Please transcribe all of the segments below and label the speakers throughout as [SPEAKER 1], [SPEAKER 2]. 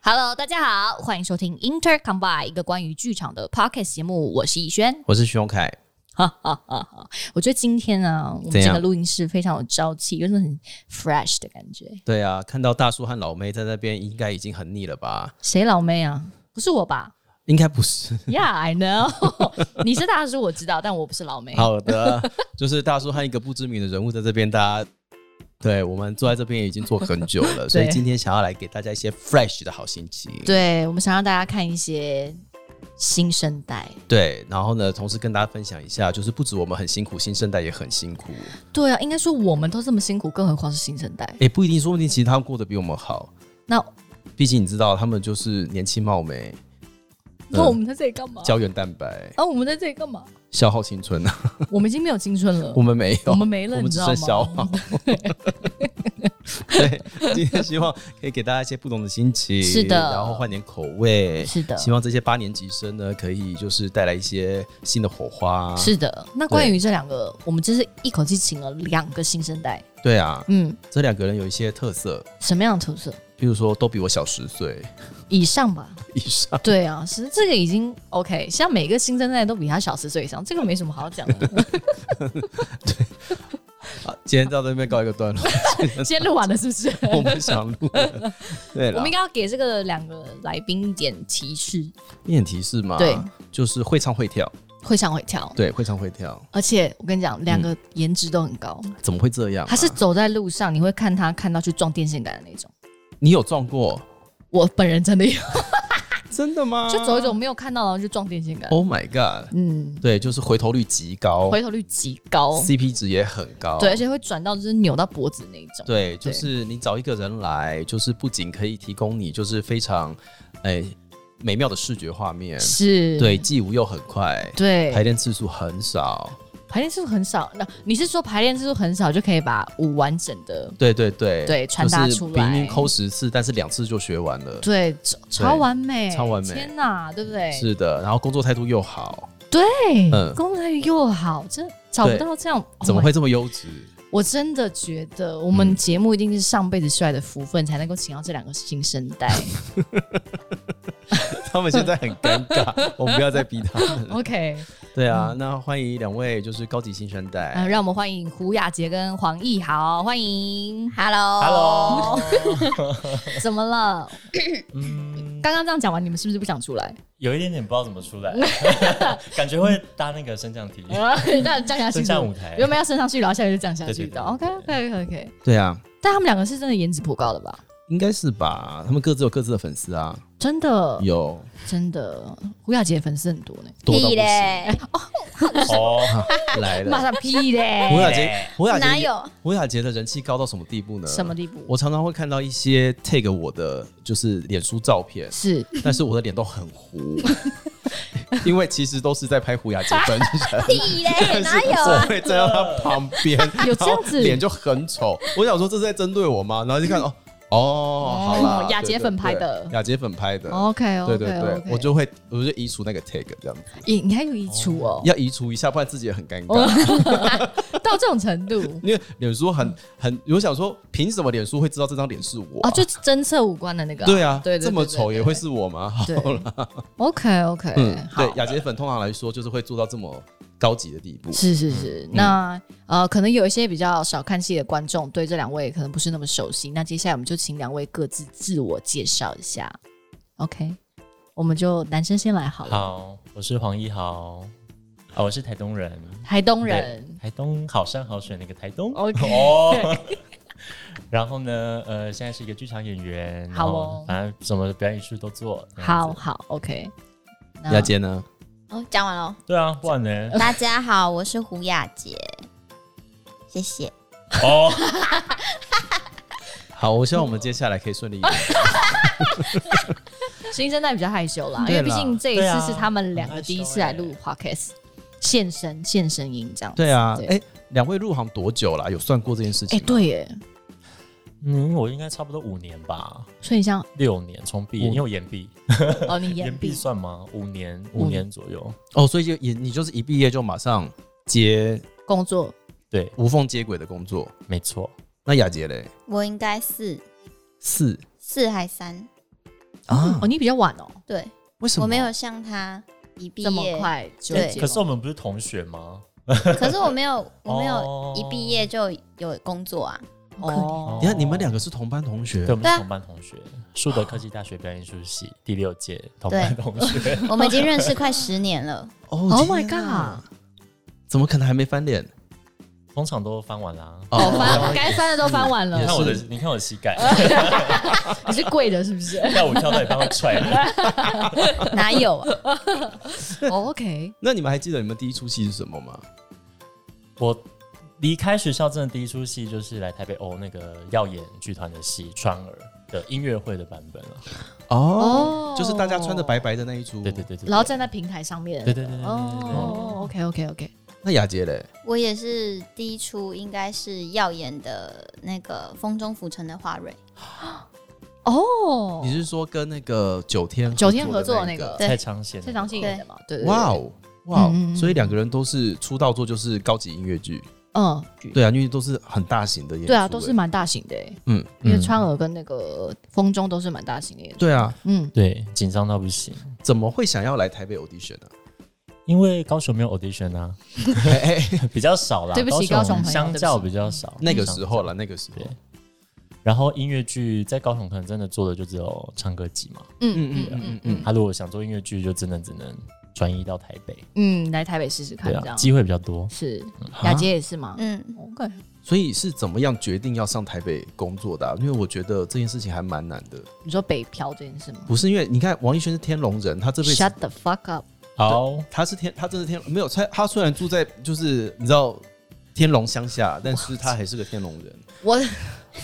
[SPEAKER 1] Hello，大家好，欢迎收听 Inter Combine 一个关于剧场的 Podcast 节目，我是逸轩。
[SPEAKER 2] 我是徐永凯，
[SPEAKER 1] 哈哈哈哈！我觉得今天啊，我们
[SPEAKER 2] 怎
[SPEAKER 1] 这
[SPEAKER 2] 样
[SPEAKER 1] 个录音室非常有朝气，有种很 fresh 的感觉。
[SPEAKER 2] 对啊，看到大叔和老妹在那边，应该已经很腻了吧？
[SPEAKER 1] 谁老妹啊？不是我吧
[SPEAKER 2] 应该不是。
[SPEAKER 1] ？Yeah，I know。你是大叔，我知道，但我不是老妹。
[SPEAKER 2] 好的， 就是大叔和一个不知名的人物在这边，大家对我们坐在这边已经坐很久了，所以今天想要来给大家一些 fresh 的好心情。
[SPEAKER 1] 对，我们想让大家看一些新生代。
[SPEAKER 2] 对，然后呢，同时跟大家分享一下，就是不止我们很辛苦，新生代也很辛苦。
[SPEAKER 1] 对啊，应该说我们都这么辛苦，更何况是新生代。
[SPEAKER 2] 也不一定，说不定其实他们过得比我们好。
[SPEAKER 1] 那
[SPEAKER 2] 嗯毕竟你知道，他们就是年轻貌美，
[SPEAKER 1] 那我们在这里干嘛？
[SPEAKER 2] 胶原蛋白，
[SPEAKER 1] 啊，我们在这里干嘛？
[SPEAKER 2] 消耗青春啊！
[SPEAKER 1] 我们已经没有青春了
[SPEAKER 2] 我，们没有
[SPEAKER 1] 我，们没了，
[SPEAKER 2] 我
[SPEAKER 1] 你
[SPEAKER 2] 们
[SPEAKER 1] 知
[SPEAKER 2] 只
[SPEAKER 1] 道
[SPEAKER 2] 剩消
[SPEAKER 1] 吗
[SPEAKER 2] 耗？。 对，今天希望可以给大家一些不同的心情，
[SPEAKER 1] 是的
[SPEAKER 2] 然后换点口味，
[SPEAKER 1] 是的
[SPEAKER 2] 希望这些八年级生呢，可以就是带来一些新的火花。，
[SPEAKER 1] 是的，那关于这两个，我们真是一口气请了两个新生代。
[SPEAKER 2] 对啊，
[SPEAKER 1] 嗯，
[SPEAKER 2] 这两个人有一些特色，
[SPEAKER 1] 什么样的特色？
[SPEAKER 2] 比如说都比我小十岁
[SPEAKER 1] 以上吧。
[SPEAKER 2] 以上。
[SPEAKER 1] 对啊，其实这个已经 OK，像每个新生代都比他小十岁以上，这个没什么好讲 的。
[SPEAKER 2] 好啊今天到这边告一 个段落，
[SPEAKER 1] 今天录完了是不是？
[SPEAKER 2] 我不想录了。对
[SPEAKER 1] 我
[SPEAKER 2] 了
[SPEAKER 1] 们应，该要给这个两个来宾一点提示，
[SPEAKER 2] 一点提示嘛，
[SPEAKER 1] 对，
[SPEAKER 2] 就是会唱会跳，
[SPEAKER 1] 会唱会跳。
[SPEAKER 2] 对，会唱会跳，
[SPEAKER 1] 而且我跟你讲，两个颜值都很高，
[SPEAKER 2] 怎么会这嗯样啊、
[SPEAKER 1] 他是走在路上，你会看他看到去撞电线杆的那种。
[SPEAKER 2] 你有撞过？
[SPEAKER 1] 我本人真的有，
[SPEAKER 2] 真的吗？
[SPEAKER 1] 就走一走没有看到，然后就撞电线杆。
[SPEAKER 2] Oh my god！
[SPEAKER 1] 嗯，
[SPEAKER 2] 对，就是回头率极高
[SPEAKER 1] 回头率极高，
[SPEAKER 2] ，CP 值也很高。
[SPEAKER 1] 对，而且会转到就是扭到脖子那一种。
[SPEAKER 2] 哦对，就
[SPEAKER 1] 对
[SPEAKER 2] 是你找一个人来，就是不仅可以提供你就是非常哎美妙的视觉画面，
[SPEAKER 1] 是，
[SPEAKER 2] 对，记舞又很快，排
[SPEAKER 1] 对，
[SPEAKER 2] 练次数很少，
[SPEAKER 1] 排练次数很少。那你是说排练次数很少就可以把舞完整的
[SPEAKER 2] 对对对，
[SPEAKER 1] 对传达
[SPEAKER 2] 就是
[SPEAKER 1] 出来
[SPEAKER 2] 平均抠十次，但是两次就学完了。
[SPEAKER 1] 对超超完美，
[SPEAKER 2] 超完美
[SPEAKER 1] 天哪，对不对？
[SPEAKER 2] 是的，然后工作态度又
[SPEAKER 1] Oh
[SPEAKER 2] 好，
[SPEAKER 1] 对，
[SPEAKER 2] 嗯
[SPEAKER 1] 功能又好，真找不
[SPEAKER 2] 对
[SPEAKER 1] 到这样，
[SPEAKER 2] 怎么
[SPEAKER 1] Oh my-
[SPEAKER 2] 会嗯这么优质？
[SPEAKER 1] 我真的觉得我们节目一定是上辈子摔的福分，才能够请到这两个新生 代。
[SPEAKER 2] 他们现在很尴尬， 我们不要再逼他们了。
[SPEAKER 1] OK，
[SPEAKER 2] 对啊，那欢迎两位就是高级新生
[SPEAKER 1] 嗯，
[SPEAKER 3] 哎
[SPEAKER 2] 代。
[SPEAKER 1] 让我们欢迎胡雅杰跟黄奕豪，欢迎，Hello。
[SPEAKER 2] Hello，
[SPEAKER 1] 怎么了？
[SPEAKER 3] 嗯，
[SPEAKER 1] 刚刚这样讲完，你们是不是不想出来？
[SPEAKER 3] 有一点点不知道怎么 出来，感觉会搭那个升降梯、
[SPEAKER 1] 那降下去是
[SPEAKER 3] 升降
[SPEAKER 1] 不
[SPEAKER 3] 舞
[SPEAKER 1] 是，
[SPEAKER 3] 台。
[SPEAKER 1] 原本要升上去，然后现在就降下去
[SPEAKER 3] 对对对
[SPEAKER 1] 的。OK OK OK OK，
[SPEAKER 2] 对啊，
[SPEAKER 1] 但他们两个是真的颜值颇高的吧？
[SPEAKER 2] 应该是吧？他们各自有各自的粉丝啊，
[SPEAKER 1] 真的，
[SPEAKER 2] 有
[SPEAKER 1] 真的，胡雅杰粉丝很多呢，
[SPEAKER 2] 多到不行。
[SPEAKER 4] 屁嘞，
[SPEAKER 3] 哦，
[SPEAKER 2] 来
[SPEAKER 1] 马
[SPEAKER 2] 了。
[SPEAKER 1] 上屁嘞，
[SPEAKER 2] 胡雅杰，胡雅
[SPEAKER 4] 哪
[SPEAKER 2] 杰，
[SPEAKER 4] 有？
[SPEAKER 2] 胡雅杰的人气高到什么地步呢？
[SPEAKER 1] 什么？地步？
[SPEAKER 2] 我常常会看到一些 take 我的就是脸书照片，
[SPEAKER 1] 是
[SPEAKER 2] 但是我的脸都很糊， 因为其实都是在拍胡雅杰 本人。
[SPEAKER 4] 屁嘞，哪有
[SPEAKER 2] 我
[SPEAKER 4] 啊？
[SPEAKER 2] 会站到他旁边，
[SPEAKER 1] 有这样子
[SPEAKER 2] 然后脸就很丑。我想说这是在针对我吗？然后就看哦哦，好啦，
[SPEAKER 1] 雅杰
[SPEAKER 2] 对对
[SPEAKER 1] 粉拍
[SPEAKER 2] 对
[SPEAKER 1] 的哦
[SPEAKER 2] 雅杰粉拍的，
[SPEAKER 1] OK
[SPEAKER 2] 对
[SPEAKER 1] OK
[SPEAKER 2] 对对
[SPEAKER 1] OK，，
[SPEAKER 2] 我就会我就移除那个 take 这样子，
[SPEAKER 1] 你你还有遗出哦，
[SPEAKER 2] 要移除一下，不然自己也很尴尬。啊
[SPEAKER 1] 到这种程度
[SPEAKER 2] 因为脸书很很，我想说，凭什么脸书会知道这张脸是我、啊
[SPEAKER 1] 哦，就侦测五官的那个，
[SPEAKER 2] 对啊，
[SPEAKER 1] 对对，
[SPEAKER 2] 这么丑也会是我吗？好
[SPEAKER 1] 对，OK OK，
[SPEAKER 2] 嗯，
[SPEAKER 1] 好
[SPEAKER 2] 对，，雅洁粉通常来说就是会做到这么高级的地步。
[SPEAKER 1] 是是是，
[SPEAKER 2] 嗯
[SPEAKER 1] 那呃，可能有一些比较少看戏的观众对这两位可能不是那么熟悉。那接下来我们就请两位各自自我介绍一下。OK，我们就男生先来好了。
[SPEAKER 3] 好，我是黄一豪，啊，我是台东人，
[SPEAKER 1] 台东人，
[SPEAKER 3] 台东好山好水那个台东。
[SPEAKER 1] OK
[SPEAKER 3] 哦。 然后呢，呃，现在是一个剧场演员，
[SPEAKER 1] 好哦
[SPEAKER 3] 然后反正什么表演艺术都做。这样子
[SPEAKER 1] 好，好 OK 那。
[SPEAKER 2] 雅洁呢？
[SPEAKER 4] 哦，讲完 了。
[SPEAKER 3] 对啊，不然呢？
[SPEAKER 4] 大家好，我是胡雅杰，谢谢。
[SPEAKER 3] 哦，
[SPEAKER 2] 好，我希望我们接下来可以 顺利一点。
[SPEAKER 1] 新生代比较害羞啦，因
[SPEAKER 2] 对
[SPEAKER 1] 为
[SPEAKER 2] 啦
[SPEAKER 1] 毕竟这一
[SPEAKER 3] 对
[SPEAKER 1] 次
[SPEAKER 3] 啊
[SPEAKER 1] 是他们两个
[SPEAKER 3] 很害羞
[SPEAKER 1] 第一次来录 Podcast，现身现身音这样子。
[SPEAKER 2] 欸对啊，
[SPEAKER 1] 对
[SPEAKER 2] 哎，两位入行多久了？有算过这件事情
[SPEAKER 1] 哎，
[SPEAKER 2] 吗？
[SPEAKER 1] 对耶，
[SPEAKER 3] 嗯，我应该差不多五年吧，
[SPEAKER 1] 所以你像
[SPEAKER 3] 六年从毕业，
[SPEAKER 2] 五
[SPEAKER 3] 因为我延毕，
[SPEAKER 1] 哦，你
[SPEAKER 3] 延
[SPEAKER 1] 眼
[SPEAKER 3] 毕
[SPEAKER 1] 闭
[SPEAKER 3] 算吗？五年，
[SPEAKER 1] 五
[SPEAKER 3] 五
[SPEAKER 1] 年
[SPEAKER 3] 年左右。
[SPEAKER 2] 哦，所以就也你就是一毕业就马上接
[SPEAKER 1] 工作
[SPEAKER 3] 对，
[SPEAKER 2] 无缝接轨的工作。
[SPEAKER 3] 没错。
[SPEAKER 2] 那雅洁嘞？
[SPEAKER 4] 我应该四
[SPEAKER 2] 四
[SPEAKER 4] 四还三？
[SPEAKER 2] 啊
[SPEAKER 1] 哦，？你比较晚哦，
[SPEAKER 4] 对
[SPEAKER 2] 为什么？
[SPEAKER 4] 我没有像他一毕
[SPEAKER 1] 这么
[SPEAKER 4] 业，
[SPEAKER 1] 快就
[SPEAKER 4] 对
[SPEAKER 1] 结
[SPEAKER 3] 可是我
[SPEAKER 1] 婚
[SPEAKER 3] 们不是同学吗？
[SPEAKER 4] 可是我没 有，我没有
[SPEAKER 3] 哦
[SPEAKER 4] 一毕，业就有工作啊。
[SPEAKER 1] 哦
[SPEAKER 2] 你看你们两个是同班同学
[SPEAKER 3] 对，我，们
[SPEAKER 4] 对啊
[SPEAKER 3] 是同班同学，树德科技大学表演艺术系第六届同班同学。
[SPEAKER 4] 我们已经认识快十年了，
[SPEAKER 2] 哦
[SPEAKER 1] Oh my
[SPEAKER 2] 天哪怎么可能还没翻脸？
[SPEAKER 3] 通常都翻完啦。
[SPEAKER 1] 哦，翻该翻的都翻完
[SPEAKER 3] 你
[SPEAKER 1] 了
[SPEAKER 2] 也，
[SPEAKER 3] 看我的
[SPEAKER 2] 是，
[SPEAKER 3] 你看我的膝盖，
[SPEAKER 1] 你是跪的，是不是
[SPEAKER 3] 跳舞跳到一半会踹 人。
[SPEAKER 4] 哪有啊？
[SPEAKER 1] 哦？OK，
[SPEAKER 2] 那你们还记得你们第一出戏是什么吗？
[SPEAKER 3] 我离开学校真的第一出戏就是来台北欧那个耀眼剧团的戏《川儿》的音乐会的版本了。
[SPEAKER 2] 哦，
[SPEAKER 1] 哦
[SPEAKER 2] 就是大家穿的白，白的那一出。
[SPEAKER 3] 对对。对对，
[SPEAKER 1] 然后站在平台上面，
[SPEAKER 3] 对对对对对对对
[SPEAKER 1] 哦，OK OK OK，
[SPEAKER 2] 那雅洁嘞？
[SPEAKER 4] 我也是第一出，应该是耀眼的那个《风中浮沉的花蕊》，
[SPEAKER 1] 哦
[SPEAKER 2] 你，是说跟那个九天
[SPEAKER 1] 九哦天合作的
[SPEAKER 2] 那
[SPEAKER 1] 那个
[SPEAKER 4] 对
[SPEAKER 3] 蔡昌宪
[SPEAKER 1] 蔡长信演的嘛？对对，对
[SPEAKER 2] 哇，哦，哇
[SPEAKER 1] 嗯嗯
[SPEAKER 2] 哦！
[SPEAKER 1] 嗯
[SPEAKER 2] 所以两个人都是出道作就是高级音乐剧，
[SPEAKER 1] 嗯，
[SPEAKER 2] 对啊，因为都是很大型的演出，
[SPEAKER 1] 对啊，都
[SPEAKER 2] 欸
[SPEAKER 1] 是蛮大型的欸，
[SPEAKER 2] 嗯，
[SPEAKER 1] 因为
[SPEAKER 3] 嗯
[SPEAKER 1] 川儿跟那个风中都是蛮大型的演出，
[SPEAKER 2] 对啊，
[SPEAKER 1] 嗯，
[SPEAKER 3] 对紧张到不行，
[SPEAKER 2] 怎么会想要来台北 audition 呢？
[SPEAKER 3] 因为高雄没有 audition 啊，
[SPEAKER 2] 哎哎
[SPEAKER 3] 比较少啦。
[SPEAKER 1] 对不起高雄朋友
[SPEAKER 3] 相较
[SPEAKER 1] 对不
[SPEAKER 3] 比较少，
[SPEAKER 2] 那个时候了，那个时候，
[SPEAKER 3] 对然后音乐剧在高雄可能真的做的就只有唱歌集嘛，
[SPEAKER 1] 嗯嗯嗯嗯
[SPEAKER 3] 他、如果想做音乐剧，就真的只能转移到台北，
[SPEAKER 1] 嗯，来台北试试看，这
[SPEAKER 3] 对啊，
[SPEAKER 1] 样
[SPEAKER 3] 机会比较多。嗯
[SPEAKER 1] 是
[SPEAKER 2] 啊
[SPEAKER 1] 雅洁也是吗？
[SPEAKER 4] 嗯，
[SPEAKER 1] OK，
[SPEAKER 2] 所以是怎么样决定要上台北工作的啊、因为我觉得这件事情还蛮难的，
[SPEAKER 1] 你说北漂这件事吗
[SPEAKER 2] 不是因为你看王一轩是天龙人，他这辈子
[SPEAKER 1] ？Shut the fuck up！
[SPEAKER 3] 好，
[SPEAKER 2] 他是天，他真的天没有他他虽然住在就是你知道天龙乡下，但是他还是个天龙人。
[SPEAKER 1] 我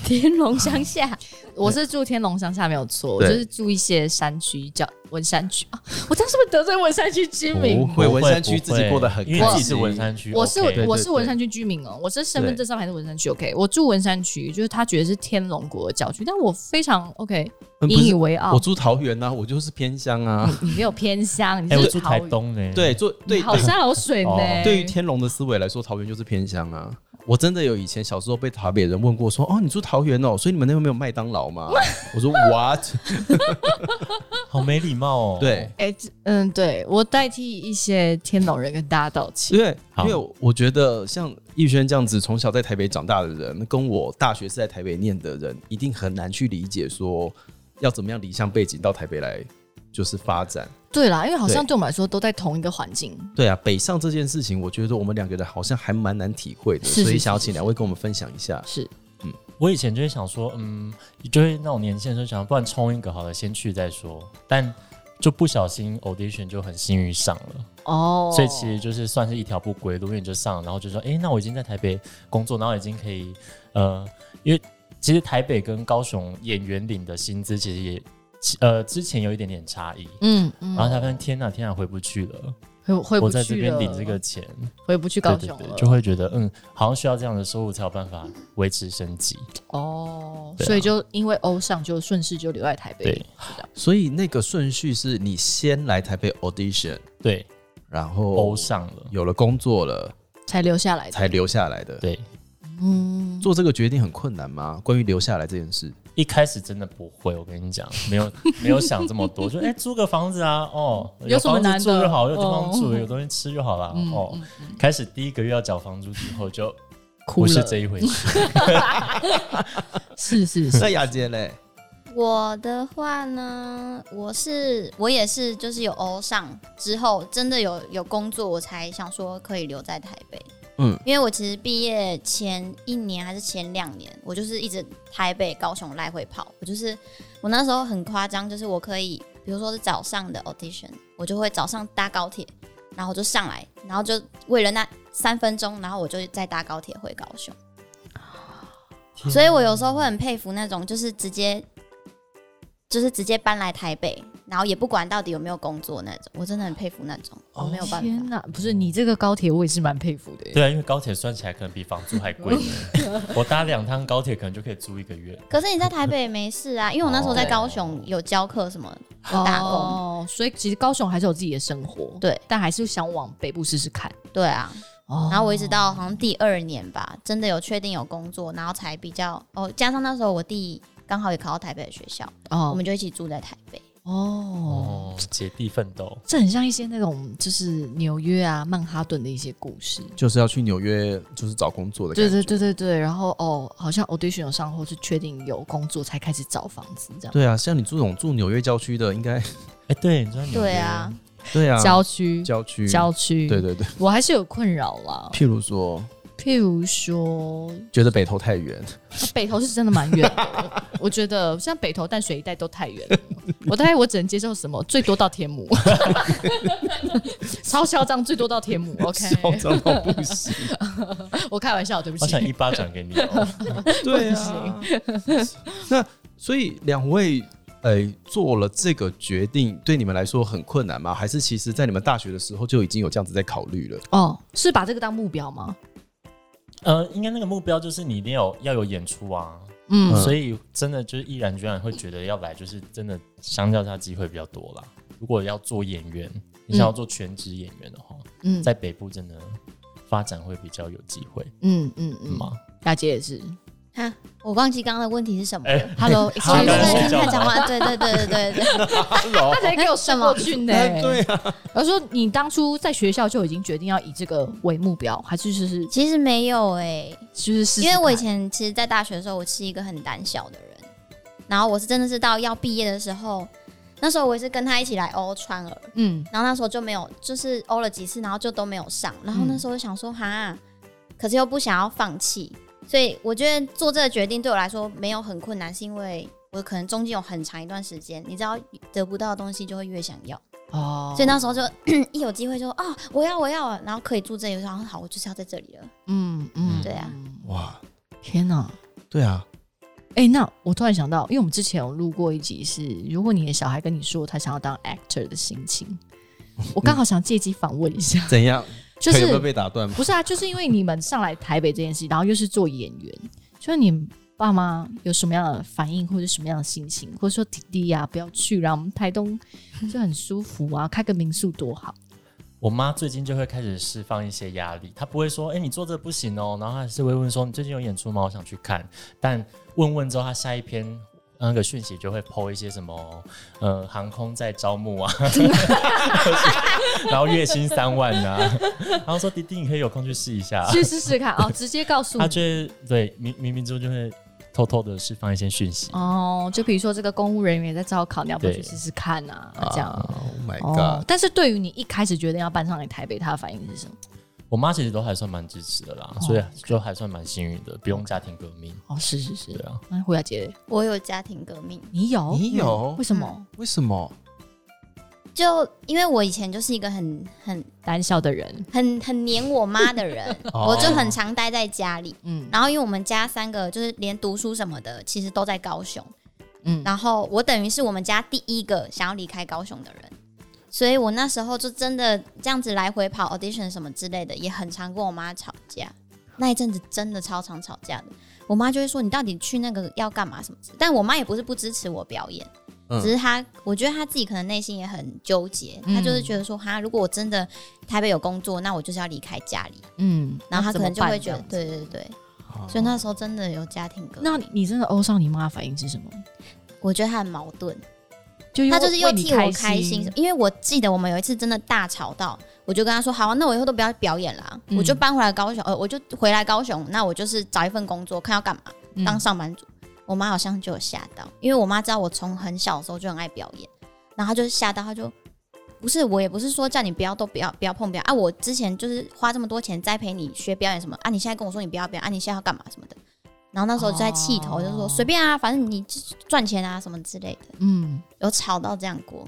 [SPEAKER 4] 天龙乡下，
[SPEAKER 1] 我是住天龙乡下没有错，我就
[SPEAKER 2] 对
[SPEAKER 1] 是住一些山区叫文山区啊。我这样是不是得罪文山区居民？
[SPEAKER 2] 不会文山区自己过得很
[SPEAKER 3] 因为
[SPEAKER 2] 开
[SPEAKER 3] 自己是
[SPEAKER 2] 心
[SPEAKER 3] 文山区，
[SPEAKER 1] 我是
[SPEAKER 3] OK
[SPEAKER 1] 我
[SPEAKER 2] 对
[SPEAKER 1] 是
[SPEAKER 2] 对
[SPEAKER 1] 文山区居民哦，我是身份
[SPEAKER 2] 对
[SPEAKER 1] 证上还是文山区。OK，我住文山区，就是他觉得是天龙国的郊区，但我非常 OK
[SPEAKER 2] 嗯不
[SPEAKER 1] 引以
[SPEAKER 2] 是，
[SPEAKER 1] 为傲
[SPEAKER 2] 我。住桃园啊，我就是偏乡啊。
[SPEAKER 1] 你没有偏乡，你
[SPEAKER 3] 哎、我
[SPEAKER 1] 是
[SPEAKER 3] 住
[SPEAKER 1] 桃
[SPEAKER 3] 台
[SPEAKER 1] 园，
[SPEAKER 3] 东呢、哎
[SPEAKER 2] 对，，做对
[SPEAKER 1] 你好山好水呢。
[SPEAKER 3] 哦
[SPEAKER 2] 对于天龙的思维来说，桃园就是偏乡啊。我真的有以前小时候被台北人问过说，哦，你住桃园哦，所以你们那边没有麦当劳吗？我说 what？
[SPEAKER 3] 好没礼貌哦。
[SPEAKER 2] 对，
[SPEAKER 1] 哎，这嗯，对我代替一些天龙人跟大家道歉。
[SPEAKER 2] 因为因
[SPEAKER 3] 好
[SPEAKER 2] 为我觉得像逸轩这样子从小在台北长大的人，跟我大学是在台北念的人，一定很难去理解说要怎么样离乡背景到台北来就是发展。
[SPEAKER 1] 对啦，因为好像
[SPEAKER 2] 对
[SPEAKER 1] 对我们来说都在同一个环境。
[SPEAKER 2] 对啊，北上这件事情，我觉得我们两个人好像还蛮难体会的，
[SPEAKER 1] 是是
[SPEAKER 2] 所以
[SPEAKER 1] 是
[SPEAKER 2] 想要
[SPEAKER 1] 是
[SPEAKER 2] 请两位跟我们分享一下。
[SPEAKER 1] 是，
[SPEAKER 3] 我以前就会想说，嗯，就会那种年轻的时候想，不然冲一个好了，先去再说。但就不小心 audition 就很幸运上了，
[SPEAKER 1] 哦，
[SPEAKER 3] 所以其实就是算是一条不归路，因为你就上了，然后就说，哎、那我已经在台北工作，然后已经可以，呃，因为其实台北跟高雄演员领的薪资其实也，呃，之前有一点点差异，
[SPEAKER 1] 嗯嗯，
[SPEAKER 3] 然后才发现天哪，天哪，啊回不去了，
[SPEAKER 1] 回回
[SPEAKER 3] 我
[SPEAKER 1] 不
[SPEAKER 3] 在这
[SPEAKER 1] 去了，
[SPEAKER 3] 边领这个钱，
[SPEAKER 1] 回不去
[SPEAKER 3] 对
[SPEAKER 1] 高
[SPEAKER 3] 对
[SPEAKER 1] 雄
[SPEAKER 3] 对，
[SPEAKER 1] 了，
[SPEAKER 3] 就会觉得，嗯，好像需要这样的收入才有办法维持生计，
[SPEAKER 1] 哦，
[SPEAKER 3] 对啊
[SPEAKER 1] 所以就因为欧上就顺势就留在台北
[SPEAKER 3] 对，
[SPEAKER 2] 所以那个顺序是你先来台北 audition，
[SPEAKER 3] 对，
[SPEAKER 2] 然
[SPEAKER 1] 哦
[SPEAKER 2] 后
[SPEAKER 3] 欧上了，
[SPEAKER 2] 有了工作了
[SPEAKER 1] 才留下来的，
[SPEAKER 2] 才留下来的。
[SPEAKER 3] 对。
[SPEAKER 1] 嗯，
[SPEAKER 2] 做这个决定很困难吗？关于留下来这 件事，
[SPEAKER 3] 一开始真的不会，我跟你讲，没有 没有想这么多， 就哎、租个房子啊，哦，
[SPEAKER 1] 有什么
[SPEAKER 3] 房子
[SPEAKER 1] 难的
[SPEAKER 3] 住就好，有地方
[SPEAKER 1] 哦
[SPEAKER 3] 住，有东西吃就好啦。
[SPEAKER 1] 嗯
[SPEAKER 3] 哦，
[SPEAKER 1] 嗯
[SPEAKER 3] 开始第一个月要缴房租之后就
[SPEAKER 1] 哭
[SPEAKER 3] 不是
[SPEAKER 1] 了，
[SPEAKER 3] 这一回事，
[SPEAKER 1] 是是 是，
[SPEAKER 2] 那雅洁哎嘞？
[SPEAKER 4] 我的话呢，我是我也是，就是有欧上之后，真的有有工作，我才想说可以留在台北。
[SPEAKER 2] 嗯，
[SPEAKER 4] 因为我其实毕业前一年还是前两年，我就是一直台北、高雄来回跑。我就是我那时候很夸张，就是我可以，比如说是早上的 audition，我就会早上搭高铁，然后我就上来，然后就为了那三分钟，然后我就再搭高铁回高雄。所以我有时候会很佩服那种，就是直接就是直接搬来台北，然后也不管到底有没有工作那种，我真的很佩服那种，我没有办
[SPEAKER 1] 天
[SPEAKER 4] 法。
[SPEAKER 1] 哪，不是你这个高铁我也是蛮佩服的耶，
[SPEAKER 3] 对啊，因为高铁算起来可能比房租 还贵呢，我搭两趟高铁可能就可以租一个月，
[SPEAKER 4] 可是你在台北也没事啊，因为我那时候
[SPEAKER 3] 哦
[SPEAKER 4] 在高雄有教课什么，有打工
[SPEAKER 1] 哦，所以其实高雄还是有自己的生活，
[SPEAKER 4] 对，
[SPEAKER 1] 但还是想往北部试试看，
[SPEAKER 4] 对啊。
[SPEAKER 1] 哦
[SPEAKER 4] 然后我一直到好像第二年吧，真的有确定有工作，然后才比较哦，加上那时候我弟刚好也考到台北的学校，我
[SPEAKER 1] 哦
[SPEAKER 4] 们就一起住在台北。
[SPEAKER 1] 哦，
[SPEAKER 3] 哦，姐弟奋斗，
[SPEAKER 1] 这很像一些那种就是纽约啊、曼哈顿的一些故事。
[SPEAKER 2] 就是要去纽约，就是找工作的感
[SPEAKER 1] 对
[SPEAKER 2] 觉。
[SPEAKER 1] 对对对对，然后哦，好像 audition 有上，或是确定有工作才开始找房子这样。
[SPEAKER 2] 对啊，像你这种住纽约郊区的，应该
[SPEAKER 3] 哎，对，你知道
[SPEAKER 1] 嗯
[SPEAKER 3] 纽约
[SPEAKER 4] 对啊，，
[SPEAKER 2] 对啊，
[SPEAKER 1] 郊区，
[SPEAKER 2] 郊区
[SPEAKER 1] 郊区，
[SPEAKER 2] 对对对。
[SPEAKER 1] 我还是有困扰啦。
[SPEAKER 2] 譬如说，
[SPEAKER 1] 譬如说，
[SPEAKER 2] 觉得北投太远，
[SPEAKER 1] 北投是真的蛮远的，我觉得像北投、淡水一带都太 远了。我大概我只能接受什么，最多到天母，超嚣张，最多到天母。OK，
[SPEAKER 2] 嚣张到不 行。
[SPEAKER 1] 我开玩笑，对不
[SPEAKER 3] 我
[SPEAKER 1] 起
[SPEAKER 3] 想。一巴掌给你 哦。
[SPEAKER 2] 对啊， 那所以两位。呃，做了这个决定对你们来说很困难吗？还是其实，在你们大学的时候就已经有这样子在考虑了？
[SPEAKER 1] 哦，是把这个当目标吗？
[SPEAKER 3] 呃，应该那个目标就是你一定要有要有演出啊，
[SPEAKER 1] 嗯，
[SPEAKER 3] 所以真的就是毅然决然会觉得要来，就是真的相较下机会比较多啦。如果要做演员，你想要做全职演员的话，
[SPEAKER 1] 嗯
[SPEAKER 3] 在北部真的发展会比较有机会
[SPEAKER 1] 嗯嗯嗯，
[SPEAKER 3] 嘛。
[SPEAKER 1] 大姐也是，
[SPEAKER 4] 哈，我忘记刚刚的问题是什么。
[SPEAKER 3] 哎、
[SPEAKER 1] Hello，
[SPEAKER 4] 所以
[SPEAKER 3] 刚刚
[SPEAKER 4] 对
[SPEAKER 3] 睡
[SPEAKER 4] 听
[SPEAKER 3] 觉
[SPEAKER 4] 他讲话，对对对对对 对。
[SPEAKER 1] 他才给我伸过去呢。
[SPEAKER 2] 对啊，
[SPEAKER 1] 我说你当初在学校就已经决定要以这个为目标，还是就是
[SPEAKER 4] 其实没有哎、
[SPEAKER 1] 就是试试
[SPEAKER 4] 因为我以
[SPEAKER 1] 看
[SPEAKER 4] 前其实，在大学的时候，我是一个很胆小的人，然后我是真的是到要毕业的时候，那时候我也是跟他一起来哦欧川尔，
[SPEAKER 1] 嗯
[SPEAKER 4] 然后那时候就没有，就是欧了几次，然后就都没有上，然后那时候就想说哈，可是又不想要放弃，所以我觉得做这个决定对我来说没有很困难，是因为。我可能中间有很长一段时间，你知道得不到的东西就会越想要，
[SPEAKER 1] 哦，
[SPEAKER 4] 所以那时候就 一有机会就啊、我要我要，然后可以住这里，我想好我就是要在这里了。
[SPEAKER 1] 嗯嗯
[SPEAKER 4] 对啊，
[SPEAKER 2] 哇，
[SPEAKER 1] 天哪！
[SPEAKER 2] 对啊，
[SPEAKER 1] 哎、那我突然想到，因为我们之前有录过一集是，如果你的小孩跟你说他想要当 actor 的心情，我刚好想借机访问一下，
[SPEAKER 2] 怎样？
[SPEAKER 1] 就
[SPEAKER 2] 腿有没有
[SPEAKER 1] 是
[SPEAKER 2] 被打断吗？
[SPEAKER 1] 不是啊，就是因为你们上来台北这件事，然后又是做演员，就是你爸妈有什么样的反应或者什么样的心情，或者说弟弟啊呀、不要去啦，我们台东就很舒服啊，开个民宿多好。
[SPEAKER 3] 我妈最近就会开始释放一些压力，她不会说：“哎、你做这不行哦。”然后她还是会问说：“你最近有演出吗？我想去看。”但问问之后，她下一篇呃那个讯息就会抛一些什么，呃，航空在招募啊， 然后月薪三万啊，然后说：“弟弟，你可以有空去试一下。
[SPEAKER 1] 去试试看哦，直接告”诉你
[SPEAKER 3] 她啊就会对冥冥冥中就会偷偷的释放一些讯息。
[SPEAKER 1] 哦。就比如说这个公务人员也在招考，你要不要去
[SPEAKER 3] 对
[SPEAKER 1] 试试看啊？这样。
[SPEAKER 2] ，Oh my
[SPEAKER 1] 哦
[SPEAKER 2] god！，
[SPEAKER 1] 但是对于你一开始决定要搬上来台北，他的反应是什么？
[SPEAKER 3] 我妈其实都还算蛮支持的啦，所
[SPEAKER 4] 哦
[SPEAKER 3] 以就还算蛮幸运的，不用家庭革命。
[SPEAKER 1] 哦，是是
[SPEAKER 3] 对
[SPEAKER 1] 是。
[SPEAKER 3] 啊，
[SPEAKER 1] 那胡雅姐，
[SPEAKER 4] 我有家庭革命，
[SPEAKER 1] 你有？嗯
[SPEAKER 2] 你有
[SPEAKER 1] 为什
[SPEAKER 4] 嗯
[SPEAKER 1] 么？
[SPEAKER 2] 为什么？
[SPEAKER 4] 就因为我以前就是一个很很
[SPEAKER 1] 胆小的人，
[SPEAKER 4] 很很黏我妈的人，我就很常待在家里。
[SPEAKER 1] 嗯
[SPEAKER 4] 然后因为我们家三个就是连读书什么的，其实都在高雄。
[SPEAKER 1] 嗯，
[SPEAKER 4] 然后我等于是我们家第一个想要离开高雄的人，所以我那时候就真的这样子来回跑 audition 什么之类的，也很常跟我妈吵架。那一阵子真的超常吵架的，我妈就会说你到底去那个要干嘛什么之类的但我妈也不是不支持我表演，
[SPEAKER 2] 嗯
[SPEAKER 4] 只是她，我觉得她自己可能内心也很纠结，
[SPEAKER 1] 嗯
[SPEAKER 4] 她就是觉得说，哈，如果我真的台北有工作，那我就是要离开家里，
[SPEAKER 1] 嗯，
[SPEAKER 4] 然后她可能就会觉得，
[SPEAKER 1] 那怎么办
[SPEAKER 4] 对对对，所以那时候真的有家庭革命，
[SPEAKER 1] 那你真的欧上你妈的反应是什么？
[SPEAKER 4] 我觉得她很矛盾，
[SPEAKER 1] 就又
[SPEAKER 4] 他就是又
[SPEAKER 1] 为你
[SPEAKER 4] 替我
[SPEAKER 1] 开
[SPEAKER 4] 开心，，因为我记得我们有一次真的大吵到，我就跟他说：“好、啊，那我以后都不要表演啦，
[SPEAKER 1] 嗯
[SPEAKER 4] 我就搬回来高雄，呃，我就回来高雄，那我就是找一份工作，看要干嘛，
[SPEAKER 1] 嗯
[SPEAKER 4] 当上班族。我妈好像就有吓到，因为我妈知道我从很小的时候就很爱表演，然后她就吓到，她就不是我也不是说叫你不要都不要不要碰表演啊，我之前就是花这么多钱栽培你学表演什么啊，你现在跟我说你不要表演啊，你现在要干嘛什么的。然后那时候就在气头，
[SPEAKER 1] 哦
[SPEAKER 4] 就说随便啊，反正你就是赚钱啊什么之类的，
[SPEAKER 1] 嗯，
[SPEAKER 4] 有吵到这样过。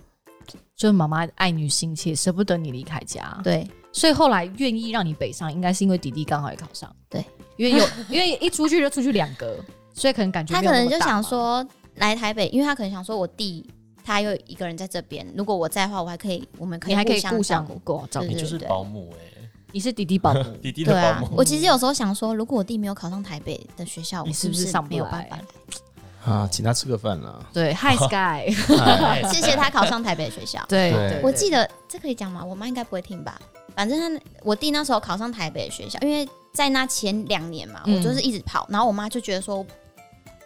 [SPEAKER 1] 就是妈妈爱女心切，舍不得你离开家，
[SPEAKER 4] 对，
[SPEAKER 1] 所以后来愿意让你北上，应该是因为弟弟刚好也考上，
[SPEAKER 4] 对，
[SPEAKER 1] 因为有 因为一出去就出去两个，所以可能感觉
[SPEAKER 4] 他
[SPEAKER 1] 没有
[SPEAKER 4] 可能
[SPEAKER 1] 那么
[SPEAKER 4] 就
[SPEAKER 1] 大
[SPEAKER 4] 想
[SPEAKER 1] 嘛，
[SPEAKER 4] 说来台北，因为他可能想说我弟他又一个人在这边，如果我在的话，我还可以，我们可以
[SPEAKER 1] 你还可以顾
[SPEAKER 4] 互照
[SPEAKER 1] 想
[SPEAKER 4] 顾。
[SPEAKER 1] 过照顾
[SPEAKER 3] 你
[SPEAKER 4] 对，
[SPEAKER 3] 就是
[SPEAKER 4] 对
[SPEAKER 3] 保姆哎、，
[SPEAKER 1] 你是弟弟保姆
[SPEAKER 3] 弟弟的
[SPEAKER 4] 对
[SPEAKER 3] 保
[SPEAKER 4] 啊
[SPEAKER 3] 姆，，
[SPEAKER 4] 我其实有时候想说，如果我弟没有考上台北的学校，
[SPEAKER 1] 你
[SPEAKER 4] 我
[SPEAKER 1] 是不
[SPEAKER 4] 不
[SPEAKER 1] 是上不
[SPEAKER 4] 没有
[SPEAKER 1] 来。
[SPEAKER 4] 办法来？
[SPEAKER 2] 啊，请他吃个饭啦
[SPEAKER 1] 对，Hi Sky，。
[SPEAKER 2] 哎
[SPEAKER 4] 谢谢他考上台北的学校
[SPEAKER 1] 对
[SPEAKER 2] 对
[SPEAKER 1] 对，
[SPEAKER 4] 我记得这可以讲吗？我妈应该不会听吧。反正他我弟那时候考上台北的学校，因为在那前两年嘛，
[SPEAKER 1] 嗯
[SPEAKER 4] 我就是一直跑，然后我妈就觉得说，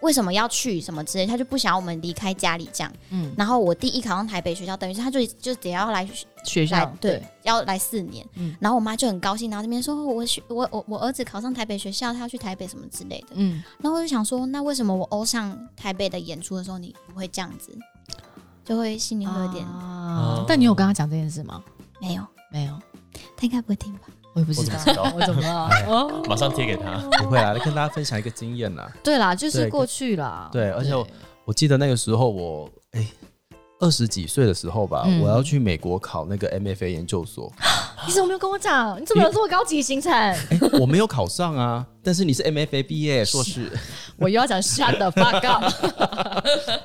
[SPEAKER 4] 为什么要去什么之类，他就不想要我们离开家里这样。
[SPEAKER 1] 嗯，
[SPEAKER 4] 然后我第一考上台北学校，等于是他就就得要来
[SPEAKER 1] 学
[SPEAKER 4] 来
[SPEAKER 1] 校
[SPEAKER 4] 哎对，要来四年。
[SPEAKER 1] 嗯
[SPEAKER 4] 然后我妈就很高兴，然后这边说哦我学我我我儿子考上台北学校，他要去台北什么之类的。
[SPEAKER 1] 嗯，
[SPEAKER 4] 然后我就想说，那为什么我欧上台北的演出的时候，你不会这样子？就会心里会有点、
[SPEAKER 1] 啊
[SPEAKER 3] 嗯
[SPEAKER 1] 但你有跟他讲这件事吗？
[SPEAKER 4] 没有，
[SPEAKER 1] 没有，
[SPEAKER 4] 他应该不会听吧？
[SPEAKER 1] 我也不知
[SPEAKER 3] 我怎
[SPEAKER 1] 道
[SPEAKER 3] 么，知道？
[SPEAKER 1] 我怎么了？哦
[SPEAKER 3] 马上贴给他。
[SPEAKER 2] 不会啦，来跟大家分享一个经验啦。
[SPEAKER 1] 对啦，就是
[SPEAKER 2] 对
[SPEAKER 1] 过去啦。
[SPEAKER 2] 对而且我我记得那个时候我哎二十几岁的时候吧，
[SPEAKER 1] 嗯
[SPEAKER 2] 我要去美国考那个 MFA 研究所，
[SPEAKER 1] 你怎么没有跟我讲？你怎么有这么高级的行程？
[SPEAKER 2] 哎、我没有考上啊，但是你是 MFA 毕业硕士，
[SPEAKER 1] 我又要讲 shut the fuck up。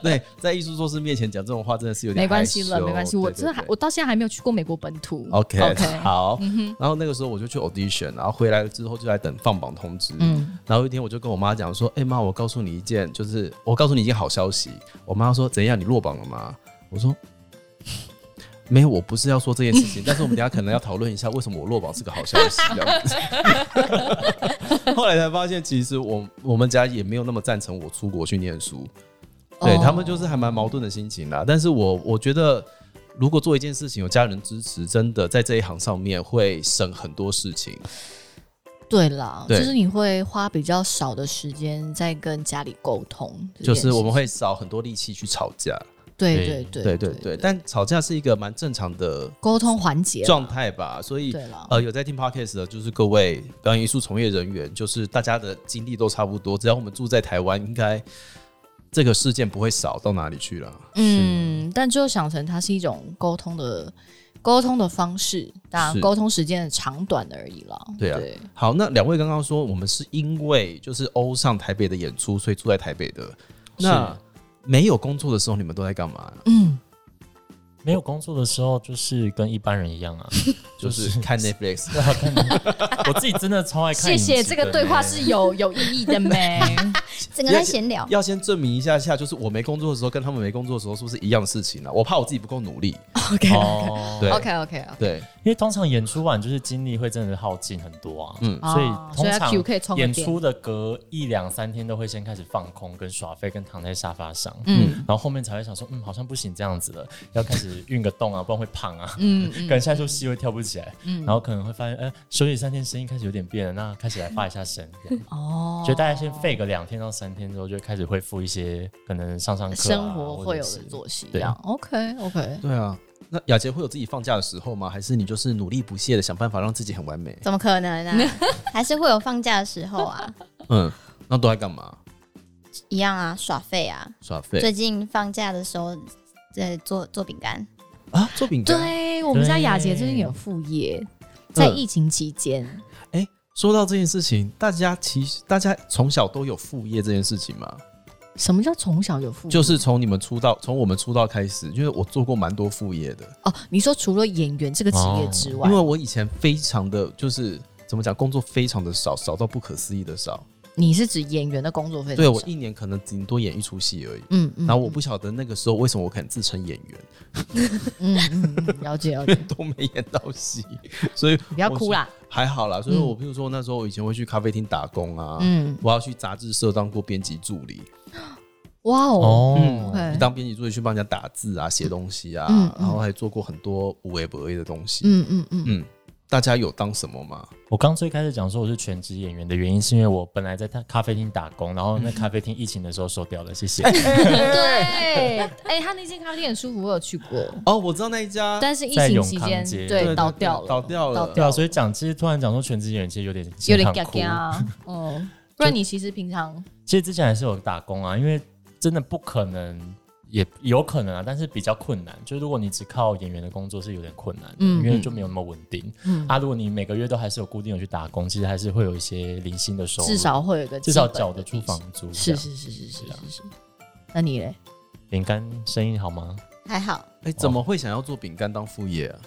[SPEAKER 2] 对，在艺术硕士面前讲这种话真的 是有点
[SPEAKER 1] 没关系
[SPEAKER 2] 害
[SPEAKER 1] 了，
[SPEAKER 2] 羞
[SPEAKER 1] 没关系，我
[SPEAKER 2] 对
[SPEAKER 1] 真的
[SPEAKER 2] 对
[SPEAKER 1] 还
[SPEAKER 2] 对哦
[SPEAKER 1] 我到现在还没有去过美国本土。
[SPEAKER 2] OK
[SPEAKER 1] OK
[SPEAKER 2] 好。
[SPEAKER 1] 嗯
[SPEAKER 2] 然后那个时候我就去 audition，然后回来了之后就在等放榜通知。
[SPEAKER 1] 嗯，
[SPEAKER 2] 然后有一天我就跟我妈讲说：“哎、妈，我告诉你一件，就是我告诉你一件好消息。”我妈说：“怎样？你落榜了吗？”我说：“没有，我不是要说这件事情，但是我们等一下可能要讨论一下为什么我落榜是个好消息。”这样子。 后来才发现，其实我我们家也没有那么赞成我出国去念书， 对、
[SPEAKER 1] 哦
[SPEAKER 2] 他们就是还蛮矛盾的心情啦。但是我我觉得。如果做一件事情有家人支持，真的在这一行上面会省很多事情。
[SPEAKER 1] 对啦，就
[SPEAKER 2] 对
[SPEAKER 1] 是你会花比较少的时间在跟家里沟通，
[SPEAKER 2] 就是我们会少很多力气去吵架，
[SPEAKER 1] 这件事
[SPEAKER 3] 对
[SPEAKER 1] 情对
[SPEAKER 2] 对
[SPEAKER 1] 对
[SPEAKER 2] 对对，但吵架是一个蛮正常的
[SPEAKER 1] 沟通环节啦啊
[SPEAKER 2] 状态吧，所以
[SPEAKER 1] 对了，
[SPEAKER 2] 呃，有在听 podcast 的，就是各位表演艺术从业人员，就是大家的经历都差不多，只要我们住在台湾，应该这个事件不会少到哪里去了。
[SPEAKER 1] 嗯，但就想成它是一种沟通的沟通的方式，当然
[SPEAKER 2] 是
[SPEAKER 1] 沟通时间的长短而已啦。
[SPEAKER 2] 对啊
[SPEAKER 1] 对
[SPEAKER 2] 好，那两位刚刚说我们是因为就是欧上台北的演出，所以住在台北的，那没有工作的时候，你们都在干嘛？
[SPEAKER 1] 嗯，
[SPEAKER 3] 没有工作的时候，就是跟一般人 一样啊，
[SPEAKER 2] 就是看 Netflix，
[SPEAKER 3] 对啊看你我自己真的超爱看。
[SPEAKER 1] 谢谢这个对话是。有有意义 的没？
[SPEAKER 4] 整个在闲聊，
[SPEAKER 2] 要先证明一下下，就是我没工作的时候跟他们没工作的时候是不是一样的事情啊？我怕我自己不够努力，
[SPEAKER 3] 哦，
[SPEAKER 2] 对
[SPEAKER 1] OK OK OK，
[SPEAKER 2] 对，
[SPEAKER 3] 因为通常演出完就是精力会真的耗尽很多啊，
[SPEAKER 2] 嗯
[SPEAKER 3] 所以
[SPEAKER 1] 哦所
[SPEAKER 3] 通
[SPEAKER 1] 以要
[SPEAKER 3] 常
[SPEAKER 1] Q 可以充个
[SPEAKER 3] 演
[SPEAKER 1] 电
[SPEAKER 3] 出的隔一两三天都会先开始放空、跟耍废、跟躺在沙发上，
[SPEAKER 1] 嗯
[SPEAKER 3] 然后后面才会想说，嗯，好像不行这样子了，要开始运个动啊，不然会胖啊，
[SPEAKER 1] 嗯
[SPEAKER 3] 可
[SPEAKER 1] 嗯
[SPEAKER 3] 能现在就戏会跳不起来，然后可能会发现，哎、休息三天声音开始有点变了，那开始来发一下神，这样
[SPEAKER 1] 哦
[SPEAKER 3] 所以大概先废个两天到三天之后，就开始恢复一些可能上上课、啊、
[SPEAKER 1] 生活
[SPEAKER 3] 或
[SPEAKER 1] 会有
[SPEAKER 3] 者是
[SPEAKER 1] 的作息，这啊
[SPEAKER 3] 对
[SPEAKER 1] 样 OK OK，
[SPEAKER 2] 对啊，那雅洁会有自己放假的时候吗？还是你就是努力不懈的想办法让自己很完美？
[SPEAKER 4] 怎么可能啊？ 还是会有放假的时候啊，
[SPEAKER 2] 嗯，那都在干嘛？
[SPEAKER 4] 一样啊，耍废啊。
[SPEAKER 2] 耍废
[SPEAKER 4] 最近放假的时候，在做做饼干，
[SPEAKER 2] 啊？做饼干？
[SPEAKER 1] 对我们家雅洁
[SPEAKER 3] 对
[SPEAKER 1] 最近有副业，
[SPEAKER 3] 嗯
[SPEAKER 1] 在疫情期间，
[SPEAKER 2] 说到这件事情，大家其实大家从小都有副业这件事情嘛，
[SPEAKER 1] 什么叫从小有副业？
[SPEAKER 2] 就是从你们出道，从我们出道开始，因为我做过蛮多副业的，
[SPEAKER 1] 哦，你说除了演员这个职业之外
[SPEAKER 2] 因为，我以前非常的就是怎么讲，工作非常的少，少到不可思议的少。
[SPEAKER 1] 你是指演员的工作费？
[SPEAKER 2] 对我一年可能顶多演一出戏而已。
[SPEAKER 1] 嗯嗯，
[SPEAKER 2] 然后我不晓得那个时候为什么我肯自称演员，
[SPEAKER 1] 嗯嗯嗯了解 了解，
[SPEAKER 2] 都没演到戏，所以
[SPEAKER 1] 你不要哭啦，
[SPEAKER 2] 还好啦，所以
[SPEAKER 1] 嗯
[SPEAKER 2] 我譬如说那时候我以前会去咖啡厅打工啊，
[SPEAKER 1] 嗯，
[SPEAKER 2] 我要去杂志社当过编辑助理，
[SPEAKER 1] 哇哦，
[SPEAKER 3] 哦，
[SPEAKER 2] 嗯
[SPEAKER 1] OK
[SPEAKER 2] 当编辑助理去帮人家打字啊、写东西啊，
[SPEAKER 1] 嗯嗯
[SPEAKER 2] 然后还做过很多无为不为的东西。
[SPEAKER 1] 嗯嗯嗯，
[SPEAKER 2] 嗯，大家有当什么吗？
[SPEAKER 3] 我刚最开始讲说我是全职演员的原因，是因为我本来在他咖啡厅打工，然后那咖啡厅疫情的时候收掉了，谢
[SPEAKER 1] 哎
[SPEAKER 3] 谢。
[SPEAKER 1] 对，哎，他那间咖啡店很舒服，我有去过，
[SPEAKER 2] 哦，我知道那一家，
[SPEAKER 1] 但是疫
[SPEAKER 3] 在
[SPEAKER 1] 情
[SPEAKER 3] 永
[SPEAKER 1] 期
[SPEAKER 3] 康
[SPEAKER 1] 间
[SPEAKER 3] 街
[SPEAKER 2] 对
[SPEAKER 1] 对
[SPEAKER 2] 对
[SPEAKER 1] 倒
[SPEAKER 2] 对
[SPEAKER 1] 掉了，
[SPEAKER 2] 倒掉了
[SPEAKER 3] 对啊，所以讲其实突然讲说全职演员其实有点
[SPEAKER 1] 有点
[SPEAKER 3] 很
[SPEAKER 1] 尴
[SPEAKER 3] 酷
[SPEAKER 1] 尬，嗯，不然你其实平常
[SPEAKER 3] 其实之前还是有打工啊，因为真的不可能，也有可能啊，但是比较困难。就如果你只靠演员的工作是有点困难的，
[SPEAKER 1] 嗯
[SPEAKER 3] 因为就没有那么稳定。
[SPEAKER 1] 嗯
[SPEAKER 3] 啊，如果你每个月都还是有固定有去打工，其实还是会有一些零星的收入，
[SPEAKER 1] 至少会有一个
[SPEAKER 3] 至少
[SPEAKER 1] 基本
[SPEAKER 3] 缴
[SPEAKER 1] 的
[SPEAKER 3] 得出
[SPEAKER 1] 底
[SPEAKER 3] 房
[SPEAKER 1] 薪，
[SPEAKER 3] 租。
[SPEAKER 1] 是是是是是
[SPEAKER 3] 是啊
[SPEAKER 1] 是是，那你嘞？
[SPEAKER 3] 饼干生意好吗？
[SPEAKER 4] 还好，
[SPEAKER 2] 哎，怎么会想要做饼干当副业啊？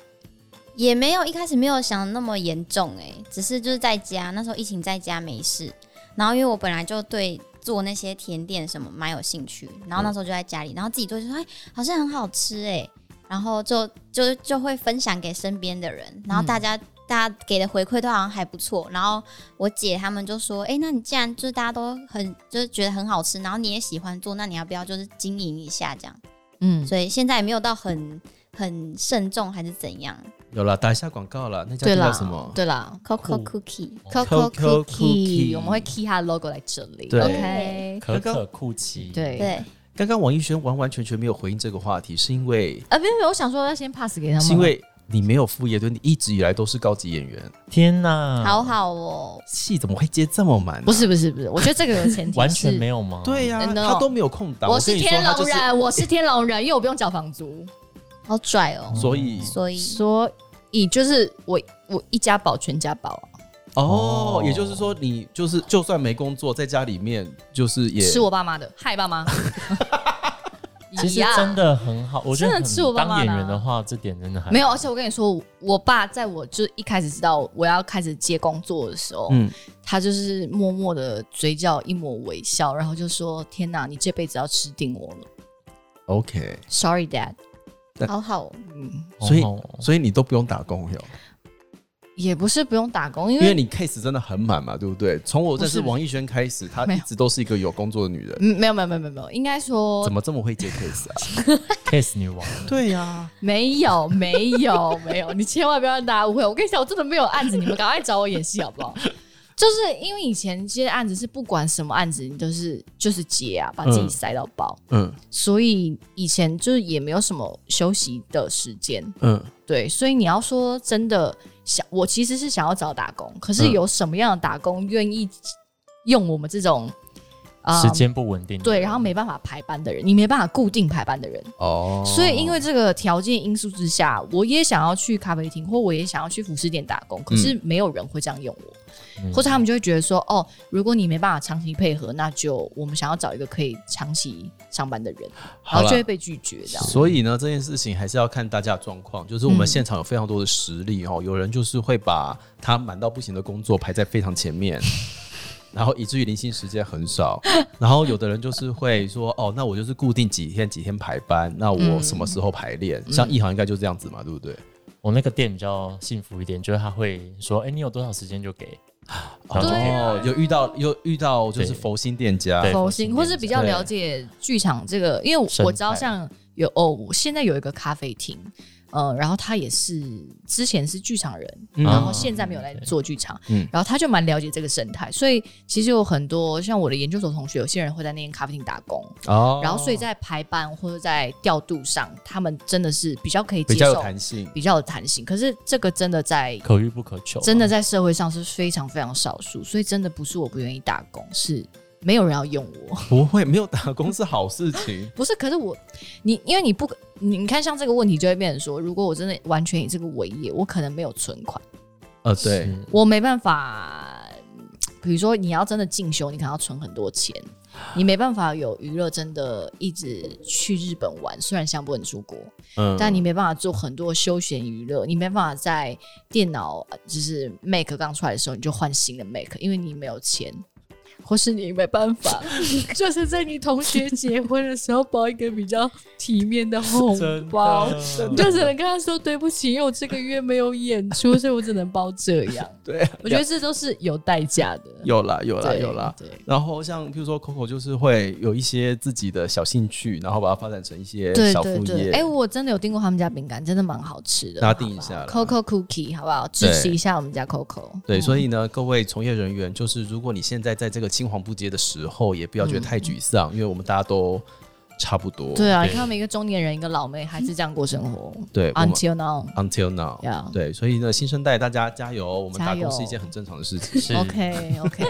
[SPEAKER 4] 也没有一开始没有想那么严重哎、只是就是在家那时候疫情在家没事，然后因为我本来就对做那些甜点什么蛮有兴趣，然后那时候就在家里，然后自己做就说哎、好欸像很好吃哎、然后就就就会分享给身边的人，然后大家大家给的回馈都好像还不错。然后我姐他们就说：“哎、那你既然就是大家都很就是觉得很好吃，然后你也喜欢做，那你要不要就是经营一下这样
[SPEAKER 1] 嗯？”，
[SPEAKER 4] 所以现在也没有到很很慎重还是怎样。
[SPEAKER 2] 有了，打一下广告了，那家
[SPEAKER 1] 对
[SPEAKER 2] 店
[SPEAKER 1] 啦
[SPEAKER 2] 叫什么，？
[SPEAKER 1] 对啦
[SPEAKER 4] Coco Cookie，
[SPEAKER 3] 哦
[SPEAKER 1] ，Coco
[SPEAKER 2] Coco
[SPEAKER 1] Cookie，
[SPEAKER 2] Cookie
[SPEAKER 1] 我们会 key 它的 logo 来这里
[SPEAKER 2] 对
[SPEAKER 1] ，OK，
[SPEAKER 3] 可可酷奇，，
[SPEAKER 1] 哎对。
[SPEAKER 4] 对，
[SPEAKER 2] 刚刚王艺轩完完全全没有回应这个话题，是因为
[SPEAKER 1] 啊，没有没有，我想说要先 pass 给他们，
[SPEAKER 2] 是因为你没有副业，对你一直以来都是高级演员，
[SPEAKER 3] 天哪，
[SPEAKER 4] 好好哦，
[SPEAKER 2] 戏怎么会接这么满、啊
[SPEAKER 1] 不是，不是不是，我觉得这个有前提，
[SPEAKER 3] 完全没
[SPEAKER 1] 有。
[SPEAKER 3] 有吗？
[SPEAKER 2] 对呀、
[SPEAKER 1] No
[SPEAKER 2] 他都没有空档。
[SPEAKER 1] 我
[SPEAKER 2] 我
[SPEAKER 1] 是
[SPEAKER 2] 跟你
[SPEAKER 1] 天
[SPEAKER 2] 说，他就
[SPEAKER 1] 龙
[SPEAKER 2] 是，
[SPEAKER 1] 人，我是天龙人，因为我不用缴房租，
[SPEAKER 4] 好拽哦。
[SPEAKER 2] 所以
[SPEAKER 4] 所以
[SPEAKER 1] 所以就是我我一家保全家保啊，
[SPEAKER 2] 哦
[SPEAKER 3] 哦，
[SPEAKER 2] 也就是说，你就是就算没工作，在家里面就是也
[SPEAKER 1] 吃我爸妈的，害爸 妈。
[SPEAKER 3] 其实
[SPEAKER 1] 一样
[SPEAKER 3] 真的很好，我觉得
[SPEAKER 1] 真的吃我
[SPEAKER 3] 很
[SPEAKER 1] 爸爸
[SPEAKER 3] 当
[SPEAKER 1] 的啊
[SPEAKER 3] 演员的话，这点真的还
[SPEAKER 1] 没有，而且我跟你说，我爸在我就一开始知道我要开始接工作的时候，
[SPEAKER 2] 嗯，
[SPEAKER 1] 他就是默默的嘴角一抹微笑，然后就说：“天哪，你这辈子要吃定我了
[SPEAKER 2] OK，
[SPEAKER 1] ，Sorry Dad。
[SPEAKER 4] 好好哦，”
[SPEAKER 1] 嗯，
[SPEAKER 2] 所以
[SPEAKER 3] 哦
[SPEAKER 2] 所以你都不用打工哟，
[SPEAKER 1] 也不是不用打工，因
[SPEAKER 2] 因为
[SPEAKER 1] 为
[SPEAKER 2] 你 case 真的很满嘛，对不对？从我认识
[SPEAKER 1] 不是
[SPEAKER 2] 王艺轩开始，她
[SPEAKER 1] 没
[SPEAKER 2] 一
[SPEAKER 1] 有
[SPEAKER 2] 直都是一个有工作的女人，
[SPEAKER 1] 嗯，没有没有没有没有没有，应该说
[SPEAKER 2] 怎么这么会接 case 啊？
[SPEAKER 3] case 女王，
[SPEAKER 2] 对呀、
[SPEAKER 1] 没有，没有， 没有，你千万不要让大家误会。我跟你讲，我真的没有案子，你们赶快找我演戏好不好？ 就是因为以前接案子是不管什么案子，你都是就是接啊，把自己
[SPEAKER 2] 嗯
[SPEAKER 1] 塞到爆，
[SPEAKER 2] 嗯
[SPEAKER 1] 所以以前就是也没有什么休息的时间。
[SPEAKER 2] 嗯，
[SPEAKER 1] 对，所以你要说真的想，我其实是想要找打工，可是
[SPEAKER 2] 嗯
[SPEAKER 1] 有什么样的打工愿意用我们这种啊、
[SPEAKER 3] 时间不稳定，
[SPEAKER 1] 对，然后没办法排班的人，你没办法固定排班的人，
[SPEAKER 2] 哦，
[SPEAKER 1] 所以因为这个条件因素之下，我也想要去咖啡厅，或我也想要去服饰店打工，可是没有人会这样用我，
[SPEAKER 3] 嗯
[SPEAKER 1] 或者他们就会觉得说，哦，如果你没办法长期配合，那就我们想要找一个可以长期上班的人，然
[SPEAKER 2] 好
[SPEAKER 1] 后
[SPEAKER 2] 了
[SPEAKER 1] 就会。被拒绝这样。
[SPEAKER 2] 所以呢，这件事情还是要看大家的状况。就是我们
[SPEAKER 1] 嗯
[SPEAKER 2] 现场有非常多的实力哦，有人就是会把他满到不行的工作排在非常 前面，然后以至于零星时间很少。然后有的人就是会说，哦，那我就是固定几天几天排班，那我
[SPEAKER 1] 嗯
[SPEAKER 2] 什么时候排练？像艺航应该就这样子嘛，对不对？
[SPEAKER 3] 我那个店比较幸福一点，就是他会说，哎、你有多少时间就给，然后就
[SPEAKER 1] 对
[SPEAKER 3] 给
[SPEAKER 1] 啊
[SPEAKER 2] 哦，有遇到有遇到就是
[SPEAKER 3] 对
[SPEAKER 2] 佛心店家，
[SPEAKER 3] 对
[SPEAKER 1] 佛
[SPEAKER 3] 佛
[SPEAKER 1] 心，
[SPEAKER 3] 心
[SPEAKER 1] 或
[SPEAKER 3] 店
[SPEAKER 1] 是
[SPEAKER 3] 家
[SPEAKER 1] 比较了解剧场这个，因为我我知道
[SPEAKER 3] 生态
[SPEAKER 1] 像有哦，我现在有一个咖啡厅，呃，然后他也是之前是剧场人，
[SPEAKER 2] 嗯
[SPEAKER 1] 然后
[SPEAKER 3] 啊
[SPEAKER 1] 现在没有在做剧场，
[SPEAKER 2] 嗯
[SPEAKER 1] 然后他就蛮了解这个生态，所以其实有很多像我的研究所同学，有些人会在那间咖啡厅打工，
[SPEAKER 2] 哦，
[SPEAKER 1] 然后所以在排班或者在调度上，他们真的是比较可以接
[SPEAKER 2] 比较有
[SPEAKER 1] 受，
[SPEAKER 2] 弹性。
[SPEAKER 1] 比较有弹性。可是这个真的在
[SPEAKER 3] 可遇不可求、啊
[SPEAKER 2] 啊
[SPEAKER 1] 真的，在社会上是非常非常少数，所以真的不是我不愿意打工，是没有人要用我。 。
[SPEAKER 2] 不会，没有打工是好事情
[SPEAKER 1] 不是，可是我，你因为你不，你你看像这个问题就会变成说，如果我真的完全以这个为业，我可能没有存款，
[SPEAKER 2] 呃，对，
[SPEAKER 3] 是
[SPEAKER 1] 我没办法。比如说你要真的进修，你可能要存很多钱，你没办法有娱乐真的一直去日本玩，虽然想不能出国，
[SPEAKER 2] 嗯
[SPEAKER 1] 但你没办法做很多休闲娱乐，你没办法在电脑呃就是 Mac 刚出来的时候你就换新的 Mac，因为你没有钱，或是你没办法，就是在你同学结婚的时候包一个比较体面的红包，你就只能跟他说对不起，因为我这个月没有演出，所以我只能包这样。
[SPEAKER 2] 对啊，
[SPEAKER 1] 我觉得这都是有代价的，
[SPEAKER 2] 有啦，有啦，
[SPEAKER 1] 对
[SPEAKER 2] 有啦。
[SPEAKER 1] 对。
[SPEAKER 2] 然后像譬如说 Coco 就是会有一些自己的小兴趣，然后把它发展成一些
[SPEAKER 1] 对
[SPEAKER 2] 小
[SPEAKER 1] 对
[SPEAKER 2] 副
[SPEAKER 1] 对，
[SPEAKER 2] 业。
[SPEAKER 1] 哎、我真的有订过他们家饼干，真的蛮好吃的。
[SPEAKER 2] 大家订一下
[SPEAKER 1] 好
[SPEAKER 2] 啦
[SPEAKER 1] 不好 Coco 嗯 Cookie，好不好？支持一下我们家 Coco。
[SPEAKER 2] 啊对，所
[SPEAKER 1] 以
[SPEAKER 2] 以呢，各位从业人员，就是如果你现在在这个青黄不接的时候，也不要觉得太沮丧，因为我们大家都差不多。
[SPEAKER 1] 嗯对啊，
[SPEAKER 3] 对
[SPEAKER 1] 你看他们一个中年人，一个老妹，还是这样过生活。啊
[SPEAKER 2] 对我们
[SPEAKER 1] Until now，
[SPEAKER 2] ，until now，
[SPEAKER 1] Yeah
[SPEAKER 2] 嗯对，所以呢，新生代大家加油，我们打
[SPEAKER 1] 加油
[SPEAKER 2] 工是一件很正常的 事情。
[SPEAKER 3] 是
[SPEAKER 1] OK OK，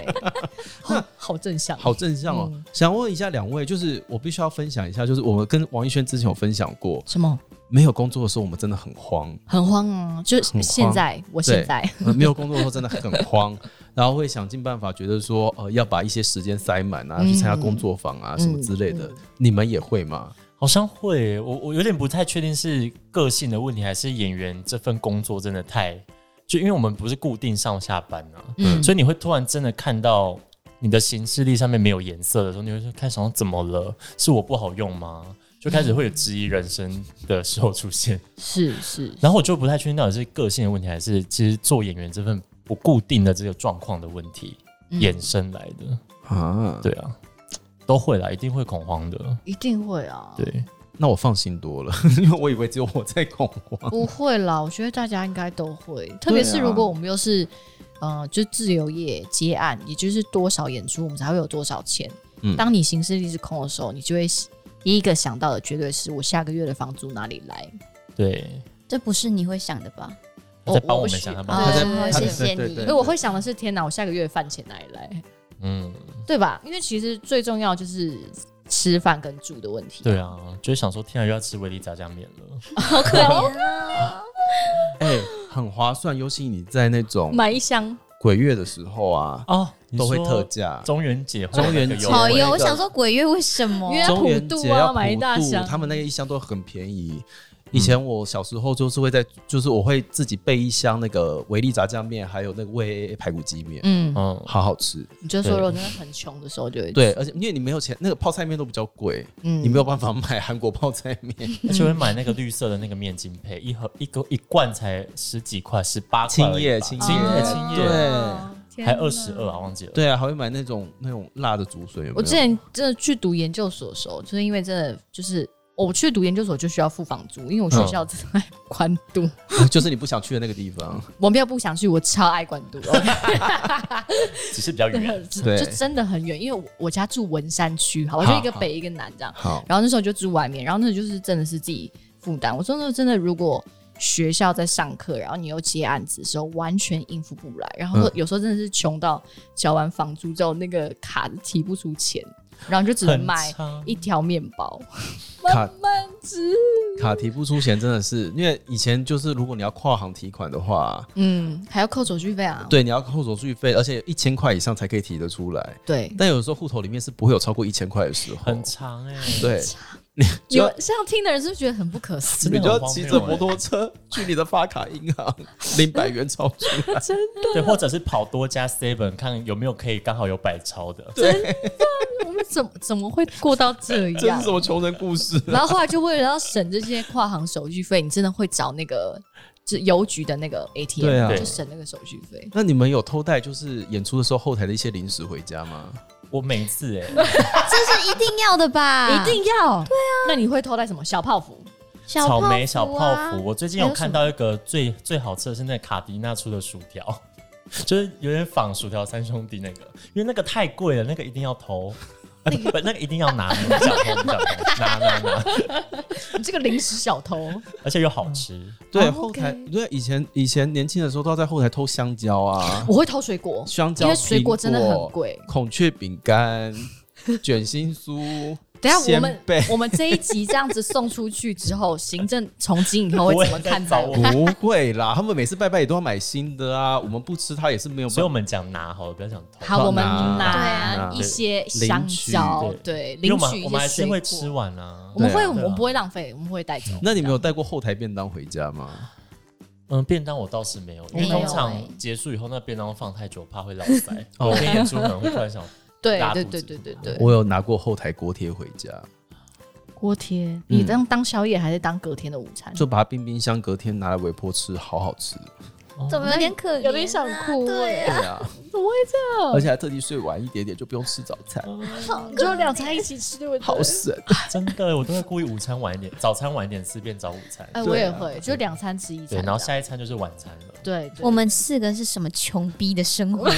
[SPEAKER 1] 好哦好正向。
[SPEAKER 2] 好正向哦！
[SPEAKER 1] 嗯
[SPEAKER 2] 想问一下两位，就是我必须要分享一下，就是我们跟王一轩之前有分享过，
[SPEAKER 1] 什么？
[SPEAKER 2] 没有工作的时候，我们真的很慌。
[SPEAKER 1] 很慌啊！就是
[SPEAKER 2] 很
[SPEAKER 1] 现
[SPEAKER 2] 慌
[SPEAKER 1] 在，我现在
[SPEAKER 2] 呃没有工作的时候真的很慌， 然后会想尽办法，觉得说呃要把一些时间塞满啊，
[SPEAKER 1] 嗯
[SPEAKER 2] 去参加工作坊啊、
[SPEAKER 1] 嗯
[SPEAKER 2] 什么之类的。你们也会吗？
[SPEAKER 3] 好像会，我我有点不太确定是个性的问题，还是演员这份工作真的太，就因为我们不是固定上下班啊，
[SPEAKER 1] 嗯
[SPEAKER 3] 所以你会突然真的看到你的行事历上面没有颜色的时候，你会说看想说怎么了？是我不好用吗？就开始会有质疑人生的时候出现。
[SPEAKER 1] 是是，
[SPEAKER 3] 然后我就不太确定到底是个性的问题，还是其实做演员这份不固定的这个状况的问题
[SPEAKER 1] 嗯
[SPEAKER 3] 衍生来的。
[SPEAKER 2] 啊，
[SPEAKER 3] 对啊，都会啦，一定会恐慌的。
[SPEAKER 1] 一定会啊，
[SPEAKER 3] 对，
[SPEAKER 2] 那我放心多了， 因为我以为只有我在恐 慌。
[SPEAKER 1] 不会啦，我觉得大家应该都会，特别是如果我们又是，呃，就自由业接案，也就是多少演出我们才会有多少钱。
[SPEAKER 2] 嗯
[SPEAKER 1] 当你行事力是空的时候，你就会第一个想到的绝对是我下个月的房租哪里来。
[SPEAKER 3] 对，
[SPEAKER 4] 这不是你会想的吧？
[SPEAKER 3] 他
[SPEAKER 1] 我
[SPEAKER 3] 在帮
[SPEAKER 1] 我
[SPEAKER 3] 我们
[SPEAKER 1] 不
[SPEAKER 3] 想，
[SPEAKER 1] 许
[SPEAKER 3] 他帮我
[SPEAKER 4] 哦
[SPEAKER 2] 他
[SPEAKER 3] 们
[SPEAKER 2] 在他
[SPEAKER 3] 想，
[SPEAKER 4] 谢
[SPEAKER 2] 在
[SPEAKER 4] 谢
[SPEAKER 2] 对
[SPEAKER 4] 你
[SPEAKER 2] 对
[SPEAKER 1] 哎所以我会想的是，天哪，我下个月饭钱哪里来？
[SPEAKER 3] 嗯，
[SPEAKER 1] 对吧？因为其实最重要就是吃饭跟住的问题。
[SPEAKER 3] 对啊，就是想说，天啊，又要吃维力炸酱面了。
[SPEAKER 1] 好可怜，
[SPEAKER 2] 哎、很划算，尤其你在那种
[SPEAKER 1] 买一箱。
[SPEAKER 2] 鬼月的时候啊，
[SPEAKER 3] 哦，
[SPEAKER 1] 嗯
[SPEAKER 3] 你
[SPEAKER 2] 都会
[SPEAKER 3] 说
[SPEAKER 2] 特价。
[SPEAKER 3] 中元节会
[SPEAKER 2] 中
[SPEAKER 3] 有那
[SPEAKER 2] 元
[SPEAKER 3] 个
[SPEAKER 2] 节
[SPEAKER 3] 优惠，
[SPEAKER 4] 好
[SPEAKER 2] 有一
[SPEAKER 4] 哟，
[SPEAKER 2] 个
[SPEAKER 4] 我想说鬼月为什么？
[SPEAKER 1] 因为
[SPEAKER 2] 中元
[SPEAKER 1] 普渡
[SPEAKER 2] 节
[SPEAKER 1] 啊
[SPEAKER 2] 要
[SPEAKER 1] 买一大
[SPEAKER 2] 普渡
[SPEAKER 1] 箱
[SPEAKER 2] 他们那个一箱都很便宜。以前我小时候就是会
[SPEAKER 1] 嗯
[SPEAKER 2] 在，就是我会自己备一箱那个维力炸酱面，还有那个味排骨鸡面，
[SPEAKER 1] 嗯，
[SPEAKER 3] 嗯，
[SPEAKER 2] 好好吃。
[SPEAKER 1] 你就说如果真的很穷的时候就会
[SPEAKER 2] 对，
[SPEAKER 1] 吃，
[SPEAKER 2] 而且因为你没有钱，那个泡菜面都比较贵，
[SPEAKER 1] 嗯
[SPEAKER 2] 你没有办法买韩国泡菜面，
[SPEAKER 3] 而且会买那个绿色的那个面筋配，一盒一个一罐才十几块，十八块而已吧，
[SPEAKER 2] 青叶青
[SPEAKER 3] 青
[SPEAKER 2] 叶
[SPEAKER 3] 叶
[SPEAKER 1] 哦
[SPEAKER 3] 青叶，
[SPEAKER 2] 对
[SPEAKER 3] 还二十二啊，忘记了。
[SPEAKER 2] 对啊，还会买那种那种辣的竹笋，有没有？
[SPEAKER 1] 我之前真的去读研究所的时候，就是因为真的就是哦我去读研究所就需要付房租，因为我
[SPEAKER 2] 嗯
[SPEAKER 1] 学校真的爱关渡，
[SPEAKER 2] 就是你不想去的那个地方，
[SPEAKER 1] 我没有不想去，我超爱关渡，
[SPEAKER 3] 只是比较远。
[SPEAKER 2] 对
[SPEAKER 1] 就真的很远，因为我我家住文山区，好吧，
[SPEAKER 2] 好
[SPEAKER 1] 就一个北一个南这样。
[SPEAKER 2] 好，
[SPEAKER 1] 然后那时候就住外面，然后那就是真的是自己负担。我说那真的，如果学校在上课，然后你又接案子的时候，完全应付不来。然后
[SPEAKER 2] 嗯
[SPEAKER 1] 有时候真的是穷到缴完房租之后，那个卡提不出钱，然后就只能
[SPEAKER 3] 很
[SPEAKER 1] 买
[SPEAKER 3] 差
[SPEAKER 1] 一条面包，
[SPEAKER 2] 卡
[SPEAKER 1] 慢慢吃。
[SPEAKER 2] 卡提不出钱真的是，因为以前就是如果你要跨行提款的话，
[SPEAKER 1] 嗯，还要扣手续费啊。
[SPEAKER 2] 对，你要扣手续费，而且一千块以上才可以提得出来。
[SPEAKER 1] 对，
[SPEAKER 2] 但有时候户头里面是不会有超过一千块的时候
[SPEAKER 3] 很，长哎、
[SPEAKER 2] 对，
[SPEAKER 1] 你
[SPEAKER 2] 就要
[SPEAKER 1] 们这样听的人是不是觉得很不可思
[SPEAKER 3] 真
[SPEAKER 1] 议
[SPEAKER 3] 的
[SPEAKER 2] 你就要
[SPEAKER 3] 很荒
[SPEAKER 2] 骑
[SPEAKER 3] 谬
[SPEAKER 2] 着
[SPEAKER 3] 欸
[SPEAKER 2] 摩托车去你的发卡银行领百元超出 来，
[SPEAKER 3] 对，或者是跑多家 seven 看有没有可以刚好有百超的，
[SPEAKER 1] 我们怎么怎么会过到这
[SPEAKER 2] 这
[SPEAKER 1] 样
[SPEAKER 2] 是什？么穷人故事？
[SPEAKER 1] 然后后来就为了要省这些跨行手续费，你真的会找那个就邮局的那个 ATM，
[SPEAKER 2] 对啊
[SPEAKER 1] 就省那个手续费。
[SPEAKER 2] 那你们有偷带就是演出的时候后台的一些零食回家吗？
[SPEAKER 3] 我每次哎、
[SPEAKER 4] 这是一定要的 吧？
[SPEAKER 1] 一定要对啊！那你会偷带什么小泡芙？
[SPEAKER 4] 小
[SPEAKER 3] 草
[SPEAKER 4] 泡
[SPEAKER 3] 莓小
[SPEAKER 4] 芙
[SPEAKER 3] 泡
[SPEAKER 4] 啊
[SPEAKER 3] 芙，我最近
[SPEAKER 4] 还
[SPEAKER 3] 有
[SPEAKER 4] 有
[SPEAKER 3] 看
[SPEAKER 4] 什
[SPEAKER 3] 到一个最最好吃的是那卡迪娜出的薯条， 就是有点仿薯条三兄弟那个，因为那个太贵了，那个一定要投。那个那个一定要拿，你讲过你讲过拿拿拿，
[SPEAKER 1] 你这个零食小偷，
[SPEAKER 3] 而且又好吃。
[SPEAKER 2] 对，
[SPEAKER 1] 哦
[SPEAKER 2] 后
[SPEAKER 1] OK
[SPEAKER 2] 台对以前以前年轻的时候都要在后台偷香蕉 啊，
[SPEAKER 1] 我会偷水果，
[SPEAKER 2] 香蕉，
[SPEAKER 1] 因为水果真的
[SPEAKER 2] 苹
[SPEAKER 1] 很
[SPEAKER 2] 果
[SPEAKER 1] 贵。
[SPEAKER 2] 孔雀饼干、卷心酥。
[SPEAKER 1] 等一下我
[SPEAKER 2] 鲜
[SPEAKER 1] 们
[SPEAKER 2] 贝
[SPEAKER 1] 我们这一集这样子送出去之后，行政从今以后会怎么看待我
[SPEAKER 3] 不？
[SPEAKER 2] 不会啦， 他们每次拜拜也都要买新的啊，我们不吃它也是没有办法。
[SPEAKER 3] 所以我们讲拿好了，不要讲投。
[SPEAKER 1] 好，我们
[SPEAKER 2] 拿
[SPEAKER 1] 拿
[SPEAKER 4] 拿
[SPEAKER 1] 一些香蕉，对，
[SPEAKER 3] 因
[SPEAKER 1] 领
[SPEAKER 3] 为我们
[SPEAKER 1] 取一
[SPEAKER 3] 我们还
[SPEAKER 1] 些
[SPEAKER 3] 是
[SPEAKER 1] 水
[SPEAKER 3] 会吃
[SPEAKER 1] 果。
[SPEAKER 3] 完啊
[SPEAKER 1] 我。们
[SPEAKER 2] 对
[SPEAKER 1] 会，
[SPEAKER 2] 啊
[SPEAKER 1] 我
[SPEAKER 3] 对啊
[SPEAKER 1] 们不会浪费，我们会带走。
[SPEAKER 2] 那你们有带过后台便当回家吗？
[SPEAKER 3] 嗯，便当我倒是没
[SPEAKER 1] 哦
[SPEAKER 3] 有，因为
[SPEAKER 4] 没有欸
[SPEAKER 3] 通常结束以后，那便当放太久，怕会老 塞。
[SPEAKER 1] 哦
[SPEAKER 3] 我跟演出可能会突然想，
[SPEAKER 1] 对
[SPEAKER 3] 拉
[SPEAKER 1] 对
[SPEAKER 3] 肚
[SPEAKER 1] 对
[SPEAKER 3] 子
[SPEAKER 1] 对对对。
[SPEAKER 2] 我有拿过后台锅贴回家，
[SPEAKER 1] 锅贴，你当当宵夜还是当隔天的午餐？
[SPEAKER 2] 就把它冰冰箱，隔天拿来微波吃，好好吃。
[SPEAKER 4] 怎么有点可怜、啊，
[SPEAKER 1] 有点想哭
[SPEAKER 4] 对
[SPEAKER 2] 对
[SPEAKER 4] 啊，
[SPEAKER 2] 啊，而且还特地睡晚一点点，就不用吃早餐，
[SPEAKER 1] 就两餐一起吃， 对不对？
[SPEAKER 2] 好省。
[SPEAKER 3] 真的，我都会故意午餐晚一点，早餐晚一点吃，变早午餐。
[SPEAKER 1] 哎，
[SPEAKER 2] 对啊
[SPEAKER 1] 我也会，就两餐吃一
[SPEAKER 3] 对，
[SPEAKER 1] 餐。
[SPEAKER 3] 然后下一餐就是晚餐了。
[SPEAKER 1] 对，对
[SPEAKER 4] 我们四个是什么穷逼的 生活？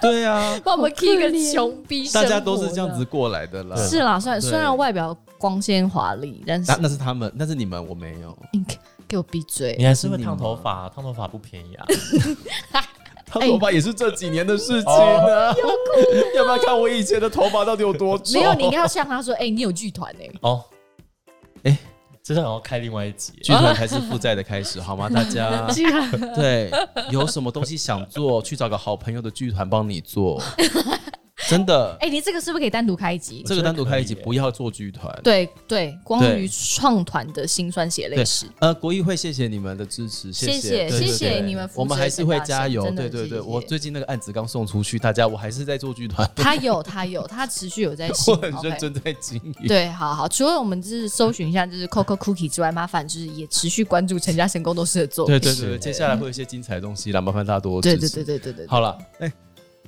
[SPEAKER 2] 对啊，
[SPEAKER 1] 把我们
[SPEAKER 4] 好可
[SPEAKER 1] K 个
[SPEAKER 4] 怜
[SPEAKER 1] 穷逼生
[SPEAKER 2] 大
[SPEAKER 1] 活的，
[SPEAKER 2] 家都是这样子过来的啦。
[SPEAKER 1] 是啦，虽然
[SPEAKER 2] 对
[SPEAKER 1] 虽然外表光鲜华丽，但是
[SPEAKER 2] 那那是他们，那是你们，我没有。
[SPEAKER 1] 你给给我闭
[SPEAKER 3] 你
[SPEAKER 1] 嘴！
[SPEAKER 3] 还是会烫头发，烫头发不便 宜啊。
[SPEAKER 1] 哎
[SPEAKER 2] 烫头发也是这几年的事情
[SPEAKER 1] 哦
[SPEAKER 2] 啊， 要不要看我以前的头发到底有多丑？
[SPEAKER 1] 没有，你应该要向他说：“哎，你有剧团哎，
[SPEAKER 3] 哦，
[SPEAKER 2] 哎
[SPEAKER 3] 这是好像开另外一集耶。
[SPEAKER 2] 剧
[SPEAKER 1] 啊
[SPEAKER 2] 团才是负债的开始，好吗？大家 对，有什么东西想做，去找个好朋友的剧团帮你做。真的，
[SPEAKER 1] 哎、你这个是不是可以单独开一集？
[SPEAKER 2] 这个单独开一集，
[SPEAKER 3] 可以耶
[SPEAKER 2] 不要做剧团。
[SPEAKER 1] 对对，关
[SPEAKER 2] 对
[SPEAKER 1] 于创团的辛酸血泪
[SPEAKER 2] 对
[SPEAKER 1] 史，
[SPEAKER 2] 呃，国议会谢谢你们的支持，
[SPEAKER 1] 谢
[SPEAKER 2] 谢对
[SPEAKER 1] 谢
[SPEAKER 2] 对
[SPEAKER 1] 谢
[SPEAKER 2] 对
[SPEAKER 1] 你们扶
[SPEAKER 2] 我们
[SPEAKER 1] 持
[SPEAKER 2] 还
[SPEAKER 1] 陈
[SPEAKER 2] 是会
[SPEAKER 1] 大
[SPEAKER 2] 加
[SPEAKER 1] 神
[SPEAKER 2] 油，
[SPEAKER 1] 真的
[SPEAKER 2] 对对
[SPEAKER 1] 谢
[SPEAKER 2] 对，
[SPEAKER 1] 谢
[SPEAKER 2] 我最近那个案子刚送出去，大家我还是在做剧团，
[SPEAKER 1] 他有他有，他持续有在
[SPEAKER 2] 我
[SPEAKER 1] 新
[SPEAKER 2] 很认。
[SPEAKER 1] OK
[SPEAKER 2] 真在经营。
[SPEAKER 1] 对，好好。除了我们就是搜寻一下就是 Coco Cookie 之外，麻烦就是也持续关注陈家神工作室的作品。
[SPEAKER 2] 对对对
[SPEAKER 3] 是
[SPEAKER 2] 对，接下来会有一些精彩的东西啦，麻烦大家多
[SPEAKER 1] 对
[SPEAKER 2] 支
[SPEAKER 1] 对
[SPEAKER 2] 持
[SPEAKER 1] 对。对对对，
[SPEAKER 2] 好了，哎、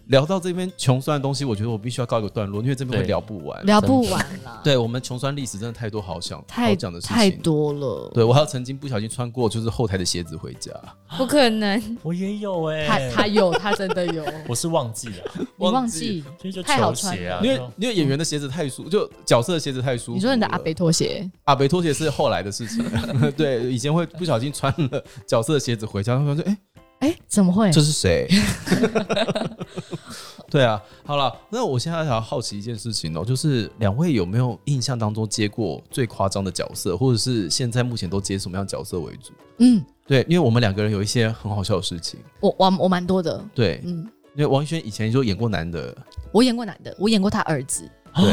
[SPEAKER 2] 聊到这边穷酸的东西，我觉得我必须要告一个段落，因为这边会
[SPEAKER 3] 对
[SPEAKER 2] 聊不完。
[SPEAKER 1] 聊不 完了，
[SPEAKER 2] 对我们穷酸历史真的太多好想好
[SPEAKER 1] 太
[SPEAKER 2] 讲的事情，
[SPEAKER 1] 太。多了，
[SPEAKER 2] 对我还有曾经不小心穿过就是后台的鞋子回家，
[SPEAKER 4] 不可能，
[SPEAKER 3] 我也有哎、
[SPEAKER 1] 他他有，他真的 有，
[SPEAKER 3] 我是忘记了，
[SPEAKER 1] 你忘
[SPEAKER 2] 忘记
[SPEAKER 1] 记
[SPEAKER 3] 所以就
[SPEAKER 1] 太好
[SPEAKER 3] 球
[SPEAKER 1] 穿
[SPEAKER 3] 鞋啊，
[SPEAKER 2] 因为
[SPEAKER 3] 就
[SPEAKER 2] 因为演员的鞋子太舒，就角色的鞋子太舒服了。
[SPEAKER 1] 你说你的阿北拖鞋，
[SPEAKER 2] 阿北拖鞋是后来 的事情，对，以前会不小心穿了角色的鞋子回家，然后说哎、
[SPEAKER 1] 哎，怎么会？
[SPEAKER 2] 这是谁？ 对啊，好了，那我现在想要好奇一件事情哦，就是两位有没有印象当中接过最夸张的角色，或者是现在目前都接什么样的角色为主？
[SPEAKER 1] 嗯，
[SPEAKER 2] 对，因为我们两个人有一些很好笑的事情。
[SPEAKER 1] 我我我蛮多的，
[SPEAKER 2] 对，
[SPEAKER 1] 嗯，
[SPEAKER 2] 因为王一轩以前就演过男的，
[SPEAKER 1] 我演过男的，我演过他儿子，
[SPEAKER 2] 对、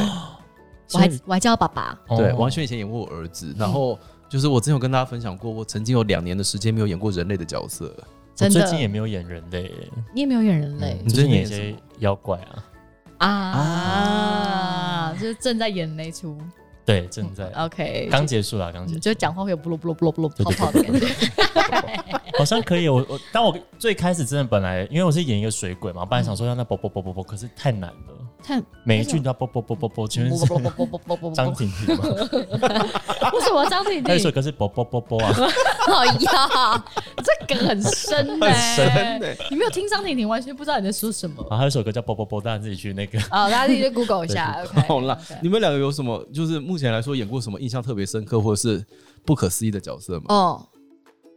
[SPEAKER 1] 我还我还叫他爸爸，
[SPEAKER 2] 对，
[SPEAKER 3] 哦
[SPEAKER 2] 王一轩以前演过我儿子，然后就是我之前有跟大家分享过，我曾经有两年的时间没有演过人类的角色。
[SPEAKER 3] 我
[SPEAKER 1] 真
[SPEAKER 3] 最
[SPEAKER 1] 的，
[SPEAKER 3] 近也没有演人类、欸，
[SPEAKER 1] 你也没有演人类
[SPEAKER 3] 嗯
[SPEAKER 2] 你最
[SPEAKER 3] 最近
[SPEAKER 2] 近
[SPEAKER 3] 演
[SPEAKER 2] 演
[SPEAKER 3] 一
[SPEAKER 2] 什么
[SPEAKER 3] 些妖怪啊，
[SPEAKER 1] 啊，就是正在演那一出
[SPEAKER 3] 对，正在
[SPEAKER 1] ，OK，
[SPEAKER 3] 刚结束啦，刚结
[SPEAKER 1] 你
[SPEAKER 3] 束，
[SPEAKER 1] 就讲话会有布噜布噜布噜布噜
[SPEAKER 3] 对
[SPEAKER 1] 泡泡
[SPEAKER 3] 对
[SPEAKER 1] 的感觉，
[SPEAKER 3] 好像可以。我我，但我最开始真的本来因为我是演一个水鬼嘛，我本来想说让他啵啵啵啵啵，可是太难了，
[SPEAKER 1] 看
[SPEAKER 3] 每一句都要啵啵啵啵啵，请问是张婷婷吗？
[SPEAKER 1] 为什么张婷
[SPEAKER 3] 他
[SPEAKER 1] 婷
[SPEAKER 3] 有一首歌是啵啵啵啵啊，
[SPEAKER 4] 好呀，
[SPEAKER 1] 这梗很深呢、
[SPEAKER 2] 很深欸
[SPEAKER 1] 你没有听张婷婷，完全不知道你在说 什么。
[SPEAKER 3] 然后还有一首歌叫啵啵啵，大家自己去那个。
[SPEAKER 1] 哦，大家自己去 Google 一下。OK，
[SPEAKER 2] 好啦
[SPEAKER 1] OK
[SPEAKER 2] 你们两个有什么？就是目前来说演过什么印象特别深刻或者是不可思议的角色吗？
[SPEAKER 1] 哦，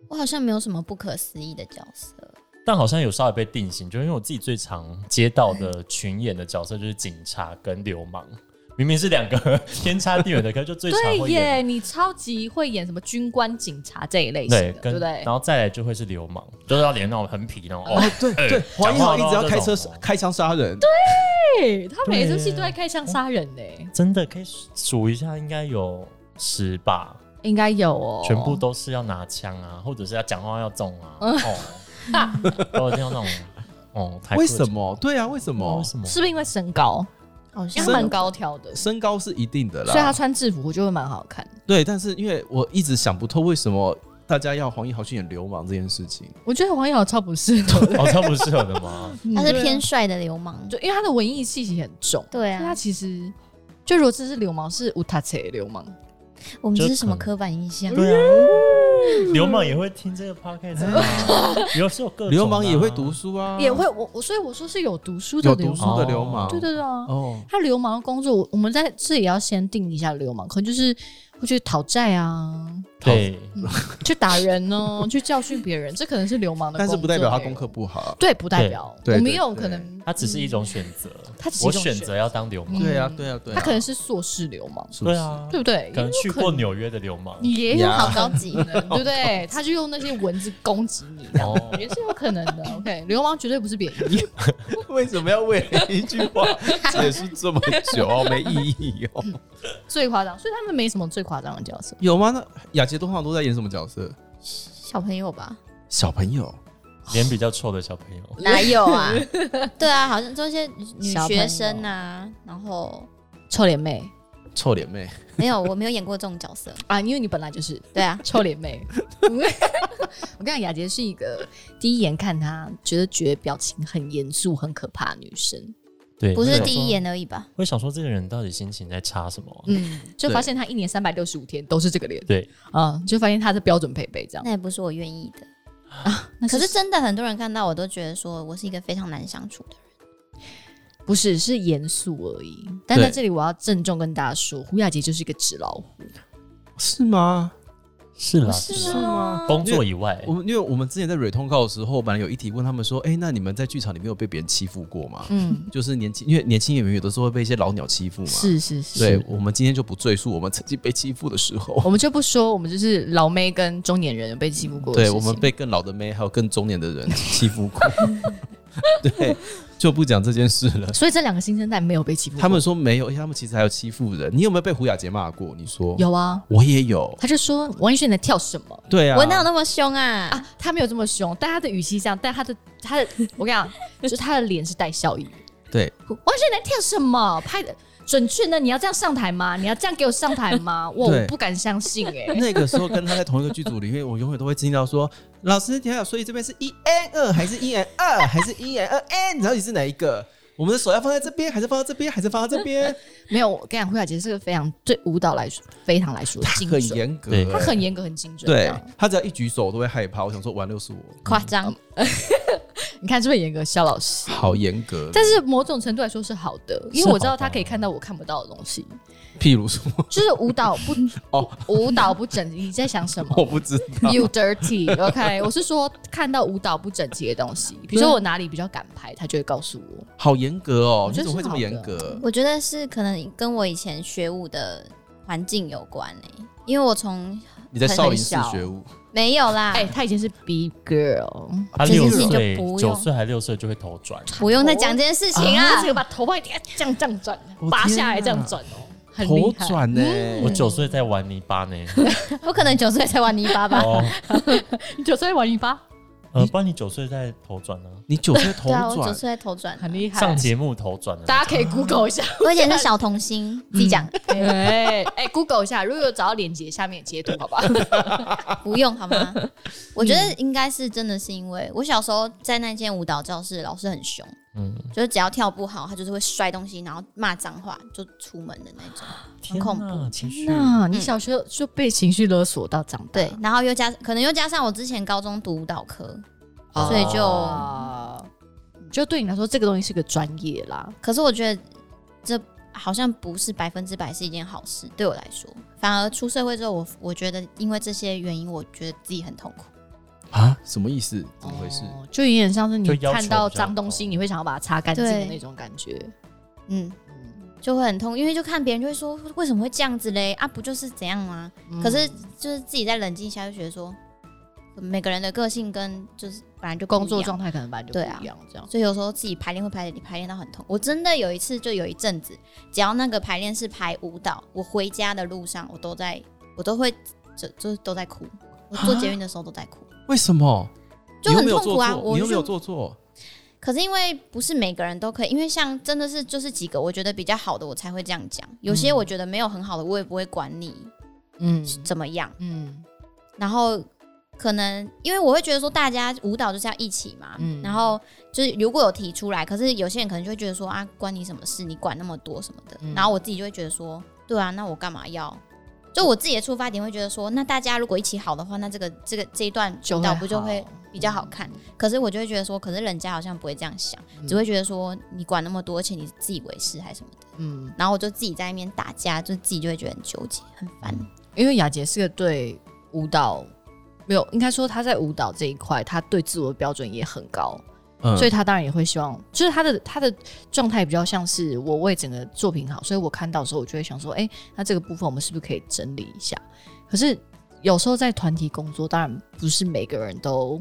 [SPEAKER 4] 我好像没有什么不可思议的角色，
[SPEAKER 3] 但好像有稍微被定型，就是因为我自己最常接到的群演的角色就是警察跟流氓，明明是两个天差地远的，可是就最常
[SPEAKER 1] 对
[SPEAKER 3] 会演。
[SPEAKER 1] 耶，你超级会演什么军官、警察这一类型
[SPEAKER 3] 对
[SPEAKER 1] 的，，对
[SPEAKER 3] 跟
[SPEAKER 1] 不对
[SPEAKER 3] 然？后再来就会是流氓，就是要连那种很痞那种哦，
[SPEAKER 2] 对对，
[SPEAKER 3] 讲话
[SPEAKER 2] 黄一豪一直要
[SPEAKER 3] 都
[SPEAKER 2] 开车
[SPEAKER 3] 这种
[SPEAKER 2] 开枪杀人，
[SPEAKER 1] 对，他每一出戏
[SPEAKER 3] 对
[SPEAKER 1] 都在开枪杀人呢，
[SPEAKER 3] 真的可以数一下，应该有十吧，
[SPEAKER 1] 应该有哦，
[SPEAKER 3] 全部都是要拿枪啊，或者是要讲话要中啊，哦，都有听到那种哦，太
[SPEAKER 2] 为
[SPEAKER 3] 客气
[SPEAKER 2] 什么？对啊，为什
[SPEAKER 3] 哦
[SPEAKER 2] 么
[SPEAKER 3] 为？什么？
[SPEAKER 1] 是不是因为身高？
[SPEAKER 4] 好
[SPEAKER 1] 因
[SPEAKER 4] 像
[SPEAKER 1] 为他蛮高挑的，所
[SPEAKER 2] 身高是一定的啦，
[SPEAKER 1] 以他穿制服就会蛮好看。
[SPEAKER 2] 对，但是因为我一直想不透为什么大家要黄一豪去演流氓这件事情。
[SPEAKER 1] 我觉得黄瑶超不适 合的，
[SPEAKER 3] 好像不适合 的吗？
[SPEAKER 4] 他是偏帅的流氓，
[SPEAKER 1] 啊就因为他的文艺气息很重。
[SPEAKER 4] 对
[SPEAKER 1] 所以他
[SPEAKER 4] 啊，
[SPEAKER 1] 其实就如果这是流氓，是无他切流氓，
[SPEAKER 4] 我们这
[SPEAKER 3] 就是
[SPEAKER 4] 什么
[SPEAKER 3] 可
[SPEAKER 4] 刻
[SPEAKER 3] 能
[SPEAKER 4] 板印象？
[SPEAKER 3] 对啊，流氓也会听这个 podcast 啊，有时候各种的啊
[SPEAKER 2] 流氓也会读书啊，
[SPEAKER 1] 也会我我所以我说是有读书的
[SPEAKER 2] 有
[SPEAKER 1] 流
[SPEAKER 2] 读
[SPEAKER 1] 氓，
[SPEAKER 2] 书的流氓。
[SPEAKER 1] 对对对啊。
[SPEAKER 2] 哦，
[SPEAKER 1] 他流氓的工作，我我们在这里要先定义一下流氓，可能就是会去讨债啊，
[SPEAKER 3] 对，
[SPEAKER 1] 去打人 哦，去教训别人，这可能是流氓的工
[SPEAKER 2] 但
[SPEAKER 1] 作。
[SPEAKER 2] 是不代表他功课不好。
[SPEAKER 1] 对，不代表
[SPEAKER 2] 对对
[SPEAKER 1] 我们
[SPEAKER 2] 对
[SPEAKER 1] 也有
[SPEAKER 2] 对
[SPEAKER 1] 可能，嗯
[SPEAKER 3] 它只是一种选择，
[SPEAKER 1] 他只是一
[SPEAKER 3] 我
[SPEAKER 1] 种
[SPEAKER 3] 选
[SPEAKER 1] 选
[SPEAKER 3] 择要当流氓，
[SPEAKER 1] 嗯
[SPEAKER 2] 对啊，对啊，对啊。
[SPEAKER 1] 他可能是硕士流氓，
[SPEAKER 2] 是不
[SPEAKER 3] 对
[SPEAKER 2] 是，
[SPEAKER 3] 啊，
[SPEAKER 1] 对不对？
[SPEAKER 3] 可能去
[SPEAKER 1] 因为
[SPEAKER 3] 过
[SPEAKER 1] 有
[SPEAKER 3] 纽约的流氓
[SPEAKER 1] 能，你也有
[SPEAKER 2] 呀
[SPEAKER 1] 好高级呢，对不对？他就用那些文字攻击你，这样
[SPEAKER 3] 哦
[SPEAKER 1] 也是有可能的。OK，流氓绝对不是贬义。
[SPEAKER 2] 为什么要为了一句 话解释这么久啊？没意义哦。
[SPEAKER 1] 最夸张，所以他们没什么最夸张的角色。
[SPEAKER 2] 有吗？那雅洁通常都在演什么角色？
[SPEAKER 4] 小朋友吧？
[SPEAKER 2] 小朋友，
[SPEAKER 3] 脸比较臭的小朋友，
[SPEAKER 4] 哪有啊？对啊，好像做一些女
[SPEAKER 1] 小朋友
[SPEAKER 4] 学生啊，然后
[SPEAKER 1] 臭脸妹
[SPEAKER 2] 臭脸妹，
[SPEAKER 4] 没有，我没有演过这种角 色。
[SPEAKER 1] 啊，因为你本来就是
[SPEAKER 4] 对啊，
[SPEAKER 1] 臭脸妹。我跟你讲，雅洁是一个第一眼看她觉得觉得表情很严肃、很可怕的女生。
[SPEAKER 3] 对，
[SPEAKER 4] 不是
[SPEAKER 3] 想
[SPEAKER 4] 第
[SPEAKER 3] 说
[SPEAKER 4] 一，眼而已吧？
[SPEAKER 3] 会想说这个人到底心情在差什么啊？
[SPEAKER 1] 嗯，就
[SPEAKER 2] 对
[SPEAKER 1] 发现她一年三百六十五天都是这个脸。
[SPEAKER 3] 对，
[SPEAKER 1] 嗯，就发现她是标准配备这样
[SPEAKER 4] 那。也不是我愿意的。
[SPEAKER 1] 那
[SPEAKER 4] 嗯可是真的很多人看到我都觉得说我是一个非常难相处的人。
[SPEAKER 1] 不是是严肃而已？但
[SPEAKER 2] 对
[SPEAKER 1] 在这里我要郑重跟大家说，胡雅洁就是一个纸老虎。
[SPEAKER 2] 是吗？
[SPEAKER 3] 是啦，
[SPEAKER 4] 是
[SPEAKER 2] 吗？
[SPEAKER 3] 工作以外
[SPEAKER 2] 啊我，们因为我们之前在蕊通告的时候，本来有一题问他们说，哎，那你们在剧场里面有被别人欺负过吗？
[SPEAKER 1] 嗯，
[SPEAKER 2] 就是年轻，因为年轻演员有的时候会被一些老鸟欺负嘛。。
[SPEAKER 1] 是是是。
[SPEAKER 2] 啊对，我们今天就不赘述我们曾经被欺负的时候。
[SPEAKER 1] 我们就不说，我们就是老妹跟中年人有被欺负过的
[SPEAKER 2] 对
[SPEAKER 1] 事情。
[SPEAKER 2] 我们被更老的妹还有更中年的人欺负过。对，就不讲这件事了。
[SPEAKER 1] 所以这两个新生代没有被欺负过，
[SPEAKER 2] 他们说没有，而且他们其实还有欺负人。你有没有被胡雅杰骂过？你说，
[SPEAKER 1] 有啊。
[SPEAKER 2] 我也有。
[SPEAKER 1] 他就说王一轩你在跳什么
[SPEAKER 2] 对啊，
[SPEAKER 4] 我哪有那么凶啊？
[SPEAKER 1] 啊？他没有这么凶，但他的语气这样，但他的他的， 我跟你讲，就是他的脸是带笑意。
[SPEAKER 2] 对，
[SPEAKER 1] 王一轩你在跳什么？拍的准确呢？你要这样上台吗？你要这样给我上台 吗？我
[SPEAKER 2] 对
[SPEAKER 1] 我不敢相信哎、
[SPEAKER 2] 那个时候跟他在同一个剧组里面，我永远都会听到说，老师，你好，所以这边是一 n 二还是一 n 二还是一 n 二 n？然后你是哪一个？我们的手要放在这边，还是放在这边，还是放在 这边？
[SPEAKER 1] 没有，我跟你讲，胡雅杰是个非常对舞蹈来说非常来说
[SPEAKER 2] 他
[SPEAKER 1] 精
[SPEAKER 2] 很
[SPEAKER 1] 准，
[SPEAKER 2] 严格、欸
[SPEAKER 3] 对
[SPEAKER 1] 他很严格，很精准。这
[SPEAKER 2] 对
[SPEAKER 1] 样
[SPEAKER 2] 他只要一举手我都会害怕。我想说，完了又是我，
[SPEAKER 4] 夸张，
[SPEAKER 1] 你看是不是很严格？肖老师，
[SPEAKER 2] 好严格。
[SPEAKER 1] 但是某种程度来说是好的，因为
[SPEAKER 3] 是好
[SPEAKER 1] 我知道
[SPEAKER 3] 的
[SPEAKER 1] 他可以看到我看不到的东西，
[SPEAKER 2] 譬如说，
[SPEAKER 1] 就是舞蹈 不
[SPEAKER 2] 哦，
[SPEAKER 1] 舞蹈不整，你在想 什么？
[SPEAKER 2] 我不知道。
[SPEAKER 1] You dirty，OK？、我是说看到舞蹈不整齐的东西，比如说我哪里比较敢拍，他就会告诉我。
[SPEAKER 2] 好严格哦，
[SPEAKER 1] 我
[SPEAKER 2] 你
[SPEAKER 1] 觉得
[SPEAKER 2] 怎么会
[SPEAKER 1] 是
[SPEAKER 2] 这
[SPEAKER 1] 好
[SPEAKER 2] 么
[SPEAKER 1] 的
[SPEAKER 2] 严格？
[SPEAKER 4] 我觉得是可能跟我以前学舞的环境有关诶、因为我从
[SPEAKER 2] 你在少林寺
[SPEAKER 4] 很小
[SPEAKER 2] 学舞，
[SPEAKER 4] 没有啦，
[SPEAKER 1] 哎、他以前是 B girl，
[SPEAKER 3] 他
[SPEAKER 4] 这件
[SPEAKER 3] 六
[SPEAKER 4] 事情就
[SPEAKER 3] 岁
[SPEAKER 4] 不用、
[SPEAKER 3] 九岁还六岁就会头转，
[SPEAKER 4] 不用再讲这件事情啊
[SPEAKER 1] 这。个把头发这样这样转
[SPEAKER 2] 我，
[SPEAKER 1] 拔
[SPEAKER 2] 天
[SPEAKER 1] 下来
[SPEAKER 2] 哪
[SPEAKER 1] 这样转哦，啊很
[SPEAKER 2] 头
[SPEAKER 1] 厉害。
[SPEAKER 2] 转呢、
[SPEAKER 3] 我九岁在玩泥巴呢。
[SPEAKER 4] 我可能九岁才玩泥巴吧。
[SPEAKER 3] 哦，
[SPEAKER 1] 你九岁玩泥巴，
[SPEAKER 3] 呃，不然你九岁在头转呢？
[SPEAKER 2] 你九岁头
[SPEAKER 4] 对啊，我九
[SPEAKER 2] 转，
[SPEAKER 4] 岁才头转，
[SPEAKER 1] 很厉害。
[SPEAKER 3] 上节目头转的
[SPEAKER 1] 大
[SPEAKER 3] 那
[SPEAKER 1] 家可以 Google 一 下，
[SPEAKER 4] 我以前是小童星，自己讲，
[SPEAKER 1] 哎哎，Google 一下，如果有找到链接，下面截图好吧？
[SPEAKER 4] 不用好吗？我觉得应该是真的是因为我小时候在那间舞蹈教室，老师很凶，
[SPEAKER 3] 嗯，
[SPEAKER 4] 就是只要跳不好，他就是会摔东西，然后骂脏话，就出门的那种，很恐怖。
[SPEAKER 3] 怖，情绪
[SPEAKER 1] 那你
[SPEAKER 4] 嗯
[SPEAKER 1] 小时候就被情绪勒索到长大，
[SPEAKER 4] 对，然后又加可能又加上我之前高中读舞蹈科，
[SPEAKER 1] 哦
[SPEAKER 4] 所以就
[SPEAKER 1] 就对你来说，这个东西是个专业啦。
[SPEAKER 4] 可是我觉得这好像不是百分之百是一件好事，对我来说，反而出社会之后，我我觉得因为这些原因，我觉得自己很痛苦。
[SPEAKER 2] 啊？什么意思？怎么回事？
[SPEAKER 1] 哦就有点像是你
[SPEAKER 3] 就要求
[SPEAKER 1] 看到
[SPEAKER 3] 比较
[SPEAKER 1] 脏东西，
[SPEAKER 3] 高
[SPEAKER 1] 你会想要把它擦干净的
[SPEAKER 4] 对
[SPEAKER 1] 那种感觉。
[SPEAKER 4] 嗯，就会很痛，因为就看别人就会说为什么会这样子嘞？啊，不就是怎样吗？
[SPEAKER 1] 嗯
[SPEAKER 4] 可是就是自己再冷静一下，就觉得说每个人的个性跟就是本来就不一样
[SPEAKER 1] 工作状，态可能本来就
[SPEAKER 4] 对
[SPEAKER 1] 不
[SPEAKER 4] 啊
[SPEAKER 1] 一样，这样。
[SPEAKER 4] 所以有时候自己排练会排练排练到很痛。我真的有一次就有一阵子，只要那个排练是排舞蹈，我回家的路上我都在，我都会就就都在哭。我坐捷运的时候都在哭，
[SPEAKER 1] 啊
[SPEAKER 2] 为什么？
[SPEAKER 4] 就
[SPEAKER 2] 你又
[SPEAKER 4] 很
[SPEAKER 2] 没有
[SPEAKER 4] 痛苦
[SPEAKER 2] 做
[SPEAKER 4] 啊
[SPEAKER 2] 错
[SPEAKER 4] 我
[SPEAKER 2] 你又没有
[SPEAKER 4] 就
[SPEAKER 2] 做错，
[SPEAKER 4] 可是因为不是每个人都可以，因为像真的是就是几个我觉得比较好的我才会这样讲，有些我觉得没有很好的我也不会管你
[SPEAKER 1] 嗯
[SPEAKER 4] 怎么样。
[SPEAKER 1] 嗯
[SPEAKER 4] 然后可能因为我会觉得说大家舞蹈就是要一起嘛，
[SPEAKER 1] 嗯
[SPEAKER 4] 然后就是如果有提出来，可是有些人可能就会觉得说啊，关你什么事？你管那么多什么的。
[SPEAKER 1] 嗯
[SPEAKER 4] 然后我自己就会觉得说，对啊，那我干嘛要？就我自己的出发点会觉得说，那大家如果一起好的话，那这个这个这一段
[SPEAKER 1] 就
[SPEAKER 4] 舞
[SPEAKER 1] 会
[SPEAKER 4] 蹈不就
[SPEAKER 1] 好
[SPEAKER 4] 会比较好看？可是我就会觉得说，可是人家好像不会这样想，
[SPEAKER 1] 嗯
[SPEAKER 4] 只会觉得说你管那么多，而且你自以为是还是什么的。
[SPEAKER 1] 嗯，
[SPEAKER 4] 然后我就自己在那边打架，就自己就会觉得很纠结、很烦。
[SPEAKER 1] 因为雅洁是个对舞蹈没有，应该说她在舞蹈这一块，她对自我的标准也很高，
[SPEAKER 2] 嗯
[SPEAKER 1] 所以她当然也会希望，就是她的她的状态比较像是我为整个作品好，所以我看到的时候，我就会想说，哎、那这个部分我们是不是可以整理一下？可是有时候在团体工作，当然不是每个人都，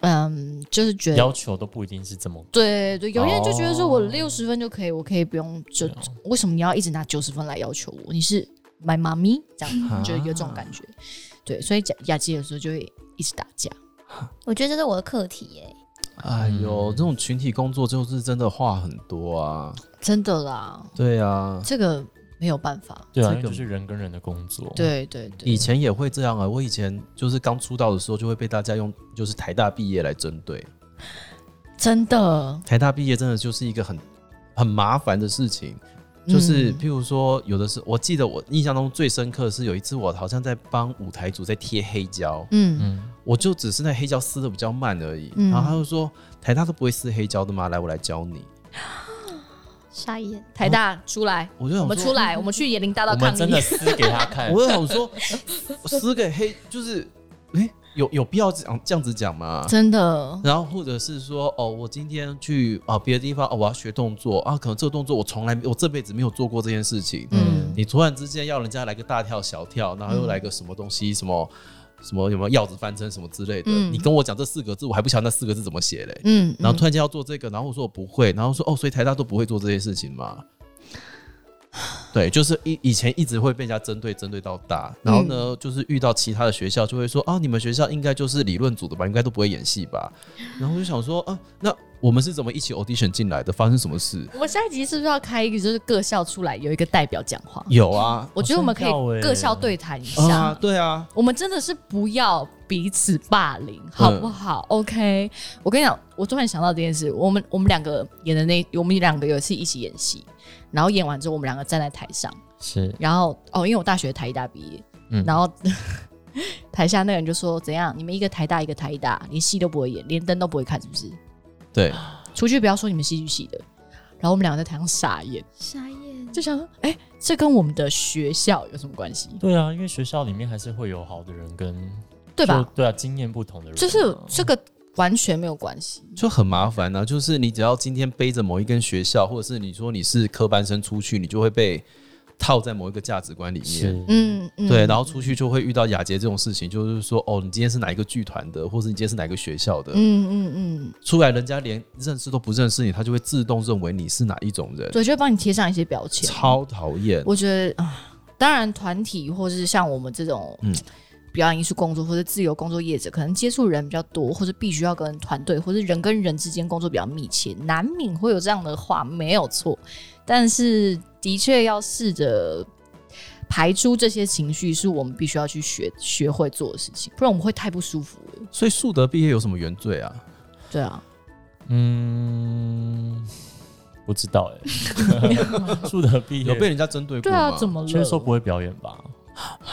[SPEAKER 1] 嗯，就是觉得
[SPEAKER 3] 要求都不一定是这么
[SPEAKER 1] 对对，有些人就觉得说我
[SPEAKER 3] 哦
[SPEAKER 1] 六十分就可以，我可以不用就
[SPEAKER 3] 对啊
[SPEAKER 1] 为什么你要一直拿九十分来要求我？你是 my mommy 这样，
[SPEAKER 2] 啊
[SPEAKER 1] 就有这种感觉。对，所以雅雅琪有时候就会一直打架。
[SPEAKER 4] 我觉得这是我的课题耶、
[SPEAKER 2] 哎呦，这种群体工作就是真的话很多啊。
[SPEAKER 1] 真的啦，
[SPEAKER 2] 对啊，
[SPEAKER 1] 这个没有办法。
[SPEAKER 3] 对啊，
[SPEAKER 2] 这
[SPEAKER 3] 因为
[SPEAKER 2] 个
[SPEAKER 3] 就是人跟人的工作。，
[SPEAKER 1] 对对对，
[SPEAKER 2] 以前也会这样啊。我以前就是刚出道的时候，就会被大家用就是台大毕业来针对。
[SPEAKER 1] 真的
[SPEAKER 2] 台大毕业真的就是一个很很麻烦的事情。就是
[SPEAKER 1] 嗯
[SPEAKER 2] 譬如说，有的是我记得我印象中最深刻的是有一次我好像在帮舞台组在贴黑胶，
[SPEAKER 1] 嗯
[SPEAKER 3] 嗯，
[SPEAKER 2] 我就只是那黑胶撕的比较慢而已。
[SPEAKER 1] 嗯
[SPEAKER 2] 然后他就说台大都不会撕黑胶的吗？来，我来教你。
[SPEAKER 4] 傻眼。
[SPEAKER 1] 台大出来，
[SPEAKER 2] 我就
[SPEAKER 1] 我们
[SPEAKER 2] 想
[SPEAKER 1] 出
[SPEAKER 2] 说，
[SPEAKER 1] 来，我们去野林大道
[SPEAKER 3] 我
[SPEAKER 1] 抗
[SPEAKER 3] 们真的
[SPEAKER 1] 议。
[SPEAKER 3] 撕给他 看，
[SPEAKER 2] 我就想说，撕给黑就是，哎、有有必要讲这样子讲吗？
[SPEAKER 1] 真的，
[SPEAKER 2] 然后或者是说，哦，我今天去啊别的地方，哦，我要学动作啊，可能这个动作我从来没我这辈子没有做过这件事情。
[SPEAKER 1] 嗯
[SPEAKER 2] 你突然之间要人家来个大跳小跳，然后又来个什么东西、什么什么有没有鹞子翻身什么之类的，
[SPEAKER 1] 嗯
[SPEAKER 2] 你跟我讲这四个字，我还不晓得那四个字怎么写嘞。
[SPEAKER 1] 嗯，
[SPEAKER 2] 然后
[SPEAKER 1] 退
[SPEAKER 2] 突然间要做这个，然后我说我不会，然后说哦，所以台大都不会做这些事情嘛。对，就是以以前一直会被人家针对，针对到大。然后呢，就是遇到其他的学校就会说啊，你们学校应该就是理论组的吧，应该都不会演戏吧。然后我就想说啊，那我们是怎么一起 audition 进来的？发生什么事？
[SPEAKER 1] 我们下一集是不是要开一个，就是各校出来有一个代表讲话？
[SPEAKER 2] 有啊，
[SPEAKER 1] 我觉得我们可
[SPEAKER 3] 好像要欸
[SPEAKER 1] 以各校嗯对谈一
[SPEAKER 2] 啊
[SPEAKER 1] 下，。
[SPEAKER 2] 对啊，
[SPEAKER 1] 我们真的是不要彼此霸凌，好不好、o k 我跟你讲，我突然想到这件事，我们我们两个演的那，我们两个有一次一起演戏，然后演完之后，我们两个站在台上，
[SPEAKER 3] 是
[SPEAKER 1] 然后哦，因为我大学台艺大毕业，
[SPEAKER 3] 嗯
[SPEAKER 1] 然后 台下那个人就说：“怎样？你们一个台大一个台艺大，连戏都不会演，连灯都不会看，是不是？
[SPEAKER 2] 对，
[SPEAKER 1] 出去不要说你们戏剧系的。”然后我们两个在台上傻眼，
[SPEAKER 4] 傻眼，
[SPEAKER 1] 就想说：“哎、这跟我们的学校有什么关系？
[SPEAKER 3] 对啊，因为学校里面还是会有好的人跟
[SPEAKER 1] 对吧？
[SPEAKER 3] 就对啊，经验不同的人啊，
[SPEAKER 1] 就是这个完全没有关系。
[SPEAKER 2] 就很麻烦呢、就是你只要今天背着某一根学校，或者是你说你是科班生出去，你就会被套在某一个价值观里面。
[SPEAKER 3] 是
[SPEAKER 1] 嗯，嗯
[SPEAKER 2] 对，然后出去就会遇到雅洁这种事情，就是说，哦，你今天是哪一个剧团的，或是你今天是哪一个学校的，
[SPEAKER 1] 嗯嗯嗯，
[SPEAKER 2] 出来人家连认识都不认识你，他就会自动认为你是哪一种人，
[SPEAKER 1] 对，就会帮你贴上一些标签。
[SPEAKER 2] 超讨厌。
[SPEAKER 1] 我觉得啊，当然团体或是像我们这种
[SPEAKER 2] 嗯
[SPEAKER 1] 表演艺术工作或者自由工作业者，可能接触人比较多，或者必须要跟团队或者人跟人之间工作比较密切，难免会有这样的话，没有错。但是的确要试着。排出这些情绪是我们必须要去学学会做的事情，不然我们会太不舒服了。
[SPEAKER 2] 所以树德毕业有什么原罪啊？
[SPEAKER 1] 对啊，
[SPEAKER 3] 嗯，不知道哎、欸，树德毕业
[SPEAKER 2] 有被人家针对过
[SPEAKER 1] 对
[SPEAKER 2] 吗？
[SPEAKER 1] 啊，怎么了？
[SPEAKER 3] 就是说不会表演吧，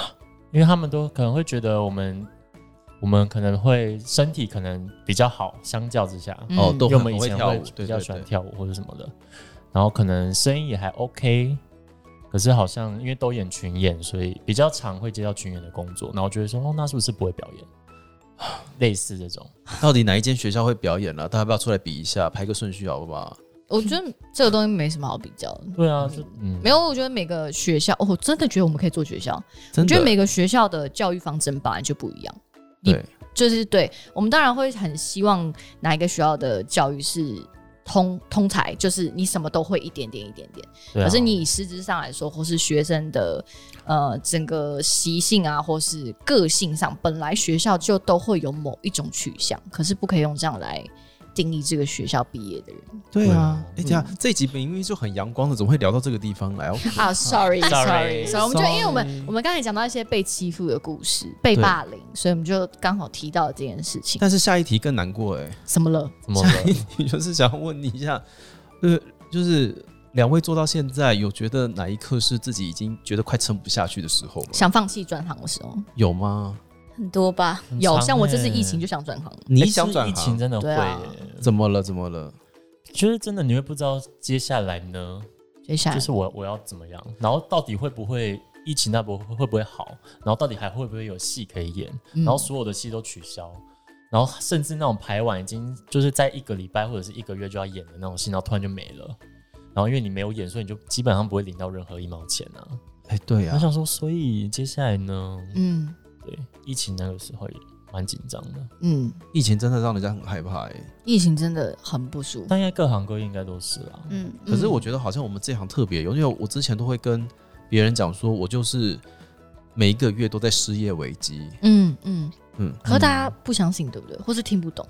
[SPEAKER 3] 因为他们都可能会觉得我们，我们可能会身体可能比较好，相较之下，
[SPEAKER 1] 嗯
[SPEAKER 2] 哦，都
[SPEAKER 3] 因为我们
[SPEAKER 2] 很
[SPEAKER 3] 以
[SPEAKER 2] 会
[SPEAKER 3] 前
[SPEAKER 2] 跳
[SPEAKER 3] 会
[SPEAKER 2] 舞，
[SPEAKER 3] 比
[SPEAKER 2] 对
[SPEAKER 3] 较
[SPEAKER 2] 对
[SPEAKER 3] 喜欢
[SPEAKER 2] 对，
[SPEAKER 3] 跳舞或者什么的，然后可能声音也还 OK，可是好像因为都演群演，所以比较常会接到群演的工作，然后觉得说哦，那是不是不 会表演？类似这种，
[SPEAKER 2] 到底哪一间学校会表演了、啊大家要不要出来比一下，排个顺序好不好？
[SPEAKER 1] 我觉得这个东西没什么好比较的。
[SPEAKER 3] 对啊，就嗯，
[SPEAKER 1] 没有，我觉得每个学校，哦我真的觉得我们可以做学校。我
[SPEAKER 2] 真
[SPEAKER 1] 觉得
[SPEAKER 2] 的，
[SPEAKER 1] 每个学校的教育方针本来就不一样，你
[SPEAKER 2] 对，
[SPEAKER 1] 就是对我们当然会很希望哪一个学校的教育是通通才，就是你什么都会一点点一点点。
[SPEAKER 3] 对啊
[SPEAKER 1] 可是你以师资上来说，或是学生的呃整个习性啊，或是个性上，本来学校就都会有某一种取向，可是不可以用这样来定义这个学校毕业的 人
[SPEAKER 2] 对
[SPEAKER 3] 对
[SPEAKER 2] 啊
[SPEAKER 3] 啊。
[SPEAKER 1] 嗯
[SPEAKER 2] 哎、这样、这集明明就很阳光的，怎么会聊到这个地方 来？哦
[SPEAKER 1] 啊。Sorry，Sorry，
[SPEAKER 3] Sorry，
[SPEAKER 1] 所以我们就因为我们
[SPEAKER 3] sorry
[SPEAKER 1] 我们刚才讲到一些被欺负的故事，被
[SPEAKER 2] 对
[SPEAKER 1] 霸凌，所以我们就刚好提到了这件事情。
[SPEAKER 2] 但是下一题更难过哎、
[SPEAKER 1] 怎么了？
[SPEAKER 3] 怎么了？
[SPEAKER 2] 你 就是想要问你一下，呃，就是两位做到现在，有觉得哪一刻是自己已经觉得快撑不下去的时候吗？
[SPEAKER 1] 想放弃转行的时候，
[SPEAKER 2] 有吗？
[SPEAKER 4] 很多吧？
[SPEAKER 3] 很
[SPEAKER 1] 有
[SPEAKER 3] 长
[SPEAKER 1] 像我这
[SPEAKER 3] 欸
[SPEAKER 1] 次疫情就想转行了。
[SPEAKER 2] 你
[SPEAKER 3] 欸
[SPEAKER 2] 想
[SPEAKER 3] 是
[SPEAKER 2] 哎转
[SPEAKER 3] 疫情
[SPEAKER 2] 行？
[SPEAKER 3] 真的会欸
[SPEAKER 1] 对
[SPEAKER 3] 耶、
[SPEAKER 1] 啊
[SPEAKER 2] 怎么了？怎么了？
[SPEAKER 3] 就是真的你会不知道接下来呢，
[SPEAKER 1] 接下来
[SPEAKER 3] 就是我我要怎么样，然后到底会不会疫情那波会不会好，然后到底还会不会有戏可以演，
[SPEAKER 1] 嗯
[SPEAKER 3] 然后所有的戏都取消。然后甚至那种排完已经就是在一个礼拜或者是一个月就要演的那种戏，然后突然就没了。然后因为你没有演，所以你就基本上不会领到任何一毛钱啊。
[SPEAKER 2] 哎、对
[SPEAKER 3] 我、
[SPEAKER 2] 啊，
[SPEAKER 3] 想说，所以接下来呢？
[SPEAKER 1] 嗯
[SPEAKER 3] 对，疫情那个时候也蛮紧张的，
[SPEAKER 1] 嗯，
[SPEAKER 2] 疫情真的让人家很害怕哎、
[SPEAKER 1] 疫情真的很不舒服。
[SPEAKER 3] 但应该各行各业应该都是啦。
[SPEAKER 4] 嗯，
[SPEAKER 2] 可是我觉得好像我们这行特别有，因为我之前都会跟别人讲说，我就是每一个月都在失业危机。
[SPEAKER 1] 嗯嗯，
[SPEAKER 2] 嗯，
[SPEAKER 1] 可是大家不相信对不
[SPEAKER 3] 嗯
[SPEAKER 1] 对？或是听不懂？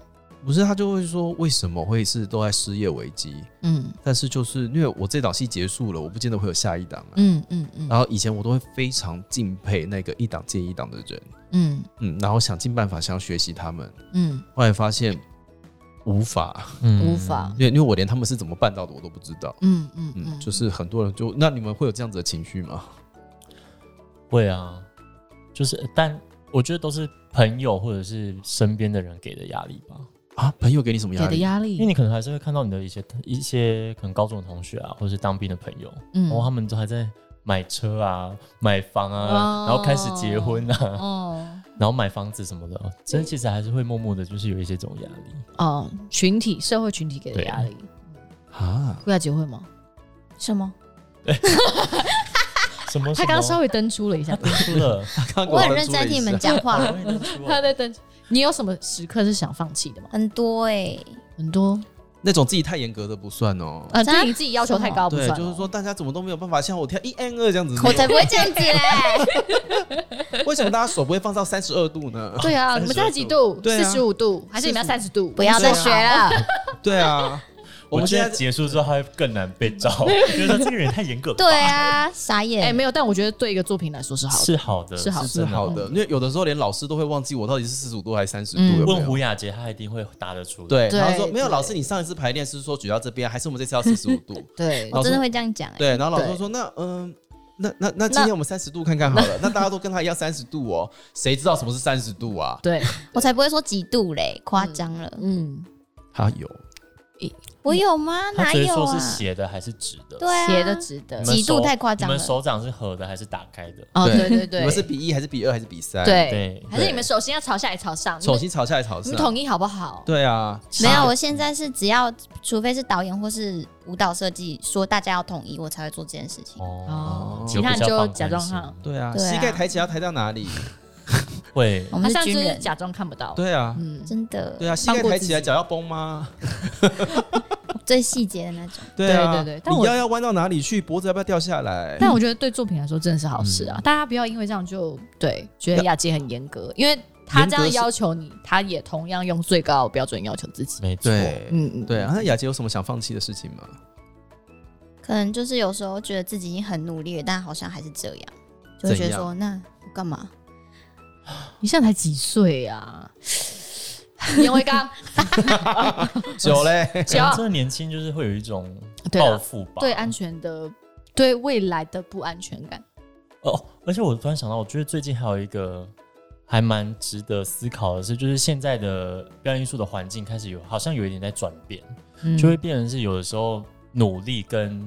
[SPEAKER 2] 不是他就会说为什么会是都在失业危机？
[SPEAKER 1] 嗯
[SPEAKER 2] 但是就是因为我这档戏结束了，我不见得会有下一档啊。
[SPEAKER 1] 嗯嗯嗯
[SPEAKER 2] 然后以前我都会非常敬佩那个一档接一档的人，
[SPEAKER 1] 嗯
[SPEAKER 2] 嗯，然后想尽办法想要学习他们，
[SPEAKER 1] 嗯，
[SPEAKER 2] 后来发现无法，
[SPEAKER 3] 嗯
[SPEAKER 1] 无法。
[SPEAKER 2] 因为因为我连他们是怎么办到的我都不知道，
[SPEAKER 1] 嗯嗯
[SPEAKER 2] 嗯，
[SPEAKER 1] 嗯，
[SPEAKER 2] 就是很多人就那你们会有这样子的情绪吗？
[SPEAKER 3] 会啊，就是，但我觉得都是朋友或者是身边的人给的压力
[SPEAKER 1] 嗯
[SPEAKER 3] 吧，
[SPEAKER 2] 啊，朋友给你什么
[SPEAKER 1] 给
[SPEAKER 2] 压
[SPEAKER 1] 的
[SPEAKER 2] 力？
[SPEAKER 1] 压
[SPEAKER 3] 因为
[SPEAKER 1] 力。
[SPEAKER 3] 你可能还是会看到你的一些一些可能高中的同学啊，或者是当兵的朋友，
[SPEAKER 1] 嗯
[SPEAKER 3] 然后他们都还在买车啊、买房啊，
[SPEAKER 1] 哦
[SPEAKER 3] 然后开始结婚啊，
[SPEAKER 1] 哦
[SPEAKER 3] 然后买房子什么的，真的其实还是会默默的，就是有一些这种压力。
[SPEAKER 1] 哦，群体社会群体给的
[SPEAKER 3] 对
[SPEAKER 1] 压力。
[SPEAKER 2] 啊，
[SPEAKER 1] 顾佳姐会吗？
[SPEAKER 4] 什么？
[SPEAKER 3] 什什么？
[SPEAKER 1] 他刚刚稍微登出了一
[SPEAKER 3] 他
[SPEAKER 1] 下，
[SPEAKER 3] 登出 了，
[SPEAKER 4] 我很认真在听你们讲话，
[SPEAKER 3] 我也登出
[SPEAKER 1] 他
[SPEAKER 3] 了。
[SPEAKER 1] 在登出。你有什么时刻是想放弃的吗？
[SPEAKER 4] 很多哎、
[SPEAKER 1] 很多，
[SPEAKER 2] 那种自己太严格的不算哦。
[SPEAKER 1] 呃，
[SPEAKER 4] 真的
[SPEAKER 1] 对你自己要求太高不
[SPEAKER 2] 对
[SPEAKER 1] 算，哦。
[SPEAKER 2] 就是说大家怎么都没有办法像我跳一 n 二这样子，
[SPEAKER 4] 我才不会这样子欸嘞！
[SPEAKER 2] 为什么大家手不会放到三十二度呢？
[SPEAKER 1] 对啊，你们在几度？
[SPEAKER 2] 对
[SPEAKER 1] 四
[SPEAKER 2] 啊
[SPEAKER 1] 十五度，还是你们要三十度？嗯
[SPEAKER 4] 不要再学了，
[SPEAKER 2] 对啊，我
[SPEAKER 3] 我
[SPEAKER 2] 们
[SPEAKER 3] 觉
[SPEAKER 2] 现
[SPEAKER 3] 得
[SPEAKER 2] 在
[SPEAKER 3] 结束之后，他会更难被招， 就是说这个人太严格。
[SPEAKER 4] 对，啊，傻眼。
[SPEAKER 1] 哎，没有，但我觉得对一个作品来说是好的。
[SPEAKER 3] 是好的，嗯
[SPEAKER 1] 是好
[SPEAKER 2] 是
[SPEAKER 3] 真
[SPEAKER 2] 好。的，因为有的时候连老师都会忘记我到底是四十五度还是三十度，
[SPEAKER 1] 嗯
[SPEAKER 2] 有没
[SPEAKER 3] 问
[SPEAKER 2] 有
[SPEAKER 3] 胡？雅洁，他一定会答得出。，
[SPEAKER 2] 对，
[SPEAKER 1] 对
[SPEAKER 2] 然后说没有
[SPEAKER 1] 对
[SPEAKER 2] 老师，你上一次排练是说举到这边，还是我们这次要四十五度？
[SPEAKER 1] 对
[SPEAKER 2] 老
[SPEAKER 4] 我
[SPEAKER 2] 师
[SPEAKER 4] 真的会这样讲哎、
[SPEAKER 2] 对，然后老师
[SPEAKER 1] 对
[SPEAKER 2] 说那嗯。那那那今天我们三十度看看 好了，那大家都跟他一样三十度哦，谁知道什么是三十度啊？
[SPEAKER 1] 对，
[SPEAKER 4] 我才不会说几度嘞，夸张了。
[SPEAKER 1] 嗯，
[SPEAKER 2] 他有，
[SPEAKER 4] 我有吗？
[SPEAKER 3] 他
[SPEAKER 4] 哪
[SPEAKER 3] 只是
[SPEAKER 4] 有
[SPEAKER 3] 说
[SPEAKER 4] 啊
[SPEAKER 3] 是？斜的还是直的？
[SPEAKER 4] 对啊，
[SPEAKER 1] 斜的直的
[SPEAKER 3] 你。们
[SPEAKER 4] 几度
[SPEAKER 3] 手
[SPEAKER 4] 太夸张
[SPEAKER 3] 你
[SPEAKER 4] 了
[SPEAKER 3] 们手掌是合的还是打开的？
[SPEAKER 1] 哦，对对
[SPEAKER 2] 你
[SPEAKER 1] 对
[SPEAKER 2] 们，是比一还是比二还是比三？，
[SPEAKER 1] 对，
[SPEAKER 3] 对，
[SPEAKER 1] 还是你们手心要朝下来朝上？你
[SPEAKER 2] 重
[SPEAKER 1] 们
[SPEAKER 2] 新朝下来朝
[SPEAKER 1] 你
[SPEAKER 2] 上
[SPEAKER 1] 们。统一好不好？
[SPEAKER 2] 对啊，
[SPEAKER 4] 没有，我现在是只要，除非是导演或是舞蹈设计说大家要统一，我才会做这件事情。
[SPEAKER 1] 哦
[SPEAKER 3] 哦，
[SPEAKER 1] 其他人
[SPEAKER 3] 比较
[SPEAKER 1] 就
[SPEAKER 3] 放宽
[SPEAKER 1] 假装
[SPEAKER 3] 心
[SPEAKER 1] 哈
[SPEAKER 2] 对啊，
[SPEAKER 4] 对啊
[SPEAKER 2] 膝盖抬起来要抬到哪里？
[SPEAKER 3] 会
[SPEAKER 4] 我
[SPEAKER 1] 他
[SPEAKER 4] 们
[SPEAKER 1] 上
[SPEAKER 4] 是
[SPEAKER 1] 次
[SPEAKER 4] 军
[SPEAKER 1] 就是
[SPEAKER 4] 人，
[SPEAKER 1] 假装看不到。
[SPEAKER 2] 对啊，
[SPEAKER 1] 嗯，
[SPEAKER 4] 真的，
[SPEAKER 2] 对啊，膝盖
[SPEAKER 1] 放过
[SPEAKER 2] 抬
[SPEAKER 1] 自
[SPEAKER 2] 起来，
[SPEAKER 1] 己
[SPEAKER 2] 脚要绷吗？
[SPEAKER 4] 最细节的那种。
[SPEAKER 2] 对啊，
[SPEAKER 1] 对对对但
[SPEAKER 2] 你
[SPEAKER 1] 我
[SPEAKER 2] 腰要弯到哪里去？脖子要不要掉下来？
[SPEAKER 1] 但我觉得对作品来说真的是好事
[SPEAKER 2] 嗯
[SPEAKER 1] 啊！大家不要因为这样就对觉得雅洁很严格，因为他这样要求你，他也同样用最高的标准要求自己。
[SPEAKER 3] 没错，
[SPEAKER 2] 对
[SPEAKER 1] 嗯嗯，
[SPEAKER 2] 对啊，那雅洁有什么想放弃的事情吗？
[SPEAKER 4] 可能就是有时候觉得自己已经很努力了，但好像还是这样，就会觉得说，那我干嘛？
[SPEAKER 1] 你现在才几岁啊？严维刚，
[SPEAKER 2] 酒嘞，
[SPEAKER 1] 只要
[SPEAKER 3] 真的年轻就是会有一种
[SPEAKER 1] 对啊
[SPEAKER 3] 报复吧，
[SPEAKER 1] 对安全的、对未来的不安全感，
[SPEAKER 3] 哦，而且我突然想到，我觉得最近还有一个还蛮值得思考的是，就是现在的表演艺术的环境开始有好像有一点在转变，
[SPEAKER 1] 嗯
[SPEAKER 3] 就会变成是有的时候努力跟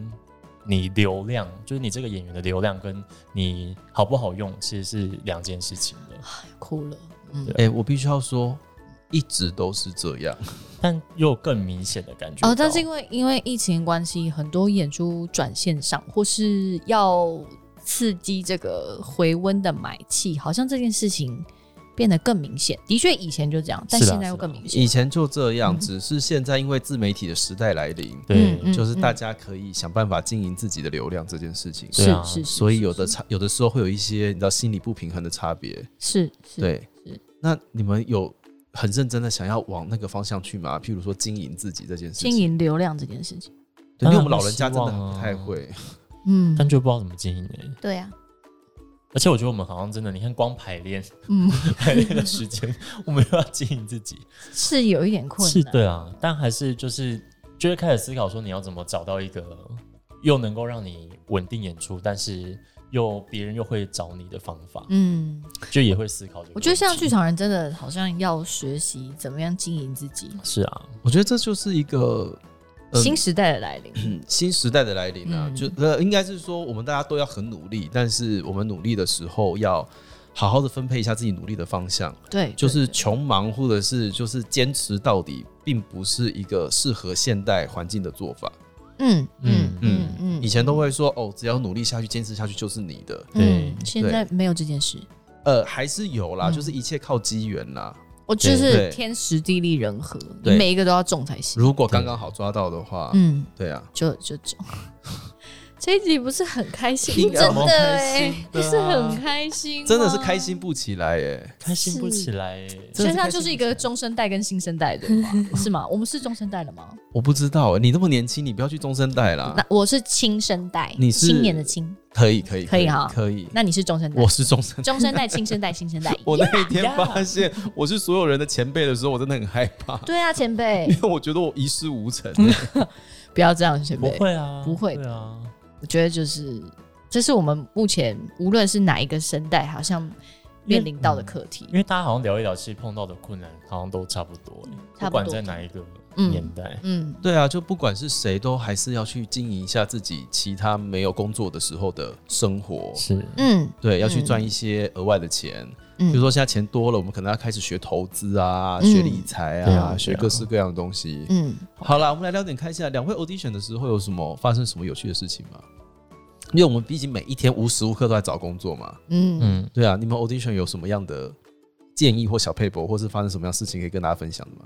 [SPEAKER 3] 你流量，就是你这个演员的流量跟你好不好用，其实是两件事情的。
[SPEAKER 1] 哭了。嗯
[SPEAKER 3] 对，
[SPEAKER 2] 哎，我必须要说，一直都是这样。
[SPEAKER 3] 但又更明显的感觉
[SPEAKER 1] 哦，
[SPEAKER 3] 到
[SPEAKER 1] 但是因为因为疫情关系，很多演出转线上，或是要刺激这个回温的买气，好像这件事情变得更明显。的确，以前就这样，但
[SPEAKER 3] 是啊
[SPEAKER 1] 现在
[SPEAKER 3] 是
[SPEAKER 1] 又
[SPEAKER 3] 啊
[SPEAKER 1] 更明显
[SPEAKER 2] 以。前就这样，只是现在因为自媒体的时代来临，
[SPEAKER 3] 对、
[SPEAKER 1] 嗯
[SPEAKER 2] 就是大家可以想办法经营自己的流量这件事情。
[SPEAKER 3] 对啊
[SPEAKER 1] 是是是，
[SPEAKER 2] 所以
[SPEAKER 1] 是
[SPEAKER 2] 有的差，有的时候会有一些你知道心理不平衡的差别。
[SPEAKER 1] 是是，
[SPEAKER 2] 对
[SPEAKER 1] 是，
[SPEAKER 2] 那你们有很认真的想要往那个方向去吗？譬如说经营自己这件事
[SPEAKER 1] 经
[SPEAKER 2] 情，
[SPEAKER 1] 营嗯流量这件事情，
[SPEAKER 2] 对，因
[SPEAKER 3] 当
[SPEAKER 2] 为
[SPEAKER 3] 然
[SPEAKER 2] 我们老人家真的
[SPEAKER 3] 会希望
[SPEAKER 2] 很
[SPEAKER 3] 啊
[SPEAKER 2] 不太会。
[SPEAKER 1] 嗯
[SPEAKER 3] 但就不知道怎么经营、欸。
[SPEAKER 4] 对啊，
[SPEAKER 3] 而且我觉得我们好像真的，你看光排练
[SPEAKER 1] 嗯，
[SPEAKER 3] 排练的 时间，我们又要经营自己，
[SPEAKER 1] 是有一点困难。
[SPEAKER 3] 是对啊，但还是就是就会开始思考说，你要怎么找到一个又能够让你稳定演出，但是又别人又会找你的方法，
[SPEAKER 1] 嗯，
[SPEAKER 3] 就也会思考这个问题。
[SPEAKER 1] 我觉得像剧场人真的好像要学习怎么样经营自己，
[SPEAKER 3] 是啊，
[SPEAKER 2] 我觉得这就是一个、呃嗯
[SPEAKER 1] 新时代的来临。
[SPEAKER 2] 新时代的来临啊，
[SPEAKER 1] 嗯
[SPEAKER 2] 就呃，应该是说我们大家都要很努力，但是我们努力的时候要好好的分配一下自己努力的方向。
[SPEAKER 1] 对，
[SPEAKER 2] 就是
[SPEAKER 1] 对
[SPEAKER 2] 穷忙或者是就是坚持到底，并不是一个适合现代环境的做法。
[SPEAKER 1] 嗯嗯
[SPEAKER 3] 嗯
[SPEAKER 1] 嗯嗯，
[SPEAKER 2] 以前都会说哦，只要努力下去，坚持下去就是你的。
[SPEAKER 1] 嗯
[SPEAKER 3] 对，
[SPEAKER 1] 现在没有这件事。
[SPEAKER 2] 呃，还是有啦，
[SPEAKER 1] 嗯
[SPEAKER 2] 就是一切靠机缘啦。
[SPEAKER 1] 我就
[SPEAKER 2] 对
[SPEAKER 1] 是
[SPEAKER 2] 对
[SPEAKER 1] 天时地利人和，你
[SPEAKER 2] 对
[SPEAKER 1] 每一个都要中才行。
[SPEAKER 2] 如果刚刚好抓到的话，
[SPEAKER 1] 嗯，
[SPEAKER 2] 对啊，
[SPEAKER 1] 就就中。 这一集不是很开心，
[SPEAKER 2] 应该
[SPEAKER 1] 真
[SPEAKER 2] 蛮
[SPEAKER 1] 的
[SPEAKER 2] 开
[SPEAKER 1] 哎
[SPEAKER 2] 心的
[SPEAKER 1] 不
[SPEAKER 2] 啊，
[SPEAKER 1] 是很开心，啊
[SPEAKER 2] 真的是开。心不起来耶。
[SPEAKER 3] 开心不起来欸、
[SPEAKER 1] 身
[SPEAKER 2] 真的是
[SPEAKER 1] 上
[SPEAKER 2] 开心
[SPEAKER 1] 就是一个中生代跟新生代的， 是吗？我们是中生代的吗？
[SPEAKER 2] 我不知道，你那么年轻，你不要去中生代啦
[SPEAKER 1] 那。我是青生代，
[SPEAKER 2] 啊你是
[SPEAKER 1] 青年的青，
[SPEAKER 2] 可以，可以，
[SPEAKER 1] 可以哈
[SPEAKER 2] 可以。
[SPEAKER 1] 那你是中生代
[SPEAKER 2] 我，是中生代。
[SPEAKER 1] 中生代、青生代、新 生代。
[SPEAKER 2] 我那一天发现我是所有人的前辈的时候，我真的很害怕，
[SPEAKER 1] 对啊，前辈
[SPEAKER 2] 因，为我觉得我一事无成。
[SPEAKER 1] 不要这样，前
[SPEAKER 3] 不
[SPEAKER 1] 辈。
[SPEAKER 3] 会啊，
[SPEAKER 1] 不会
[SPEAKER 3] 对啊，
[SPEAKER 1] 我觉得就是，这是我们目前无论是哪一个生代，好像面临到的课题。
[SPEAKER 3] 因为大家好像聊一聊，其实碰到的困难好像都差不多欸、
[SPEAKER 1] 嗯差不多
[SPEAKER 3] 不管在哪一个
[SPEAKER 1] 嗯
[SPEAKER 3] 年代。
[SPEAKER 1] 嗯，
[SPEAKER 2] 对啊，就不管是谁，都还是要去经营一下自己其他没有工作的时候的生活。
[SPEAKER 3] 是，
[SPEAKER 1] 嗯
[SPEAKER 2] 对，要去
[SPEAKER 1] 嗯
[SPEAKER 2] 赚一些额外的钱，
[SPEAKER 1] 嗯，
[SPEAKER 2] 比如说现在钱多了，我们可能要开始学投资啊，
[SPEAKER 1] 嗯
[SPEAKER 2] 学理财
[SPEAKER 3] 对啊
[SPEAKER 2] 啊，
[SPEAKER 3] 对啊
[SPEAKER 2] 学各式各样的东西。
[SPEAKER 1] 嗯，
[SPEAKER 2] 好啦，我们来聊点开心啊。两位 audition 的时候有什么发生什么有趣的事情吗？因为我们毕竟每一天无时无刻都在找工作嘛。
[SPEAKER 1] 嗯，
[SPEAKER 3] 嗯，
[SPEAKER 2] 对啊，你们 audition 有什么样的建议或小 paper，或是发生什么样的事情可以跟大家分享的吗？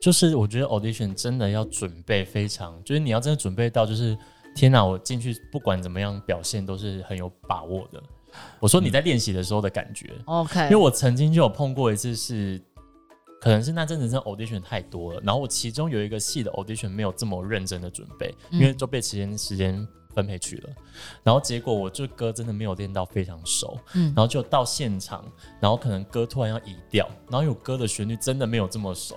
[SPEAKER 3] 就是我觉得 audition 真的要准备非常，就是你要真的准备到，就是天哪，我进去不管怎么样表现都是很有把握的。我说你在练习的时候的感觉，
[SPEAKER 1] ，OK，
[SPEAKER 3] 因为我曾经就有碰过一次是，可能是那阵子真的 audition 太多了，然后我其中有一个戏的 audition 没有这么认真的准备，
[SPEAKER 1] 嗯
[SPEAKER 3] 因为就被时间时间分配去了，然后结果我这歌真的没有练到非常熟，
[SPEAKER 1] 嗯
[SPEAKER 3] 然后就到现场，然后可能歌突然要移调，然后有歌的旋律真的没有这么熟，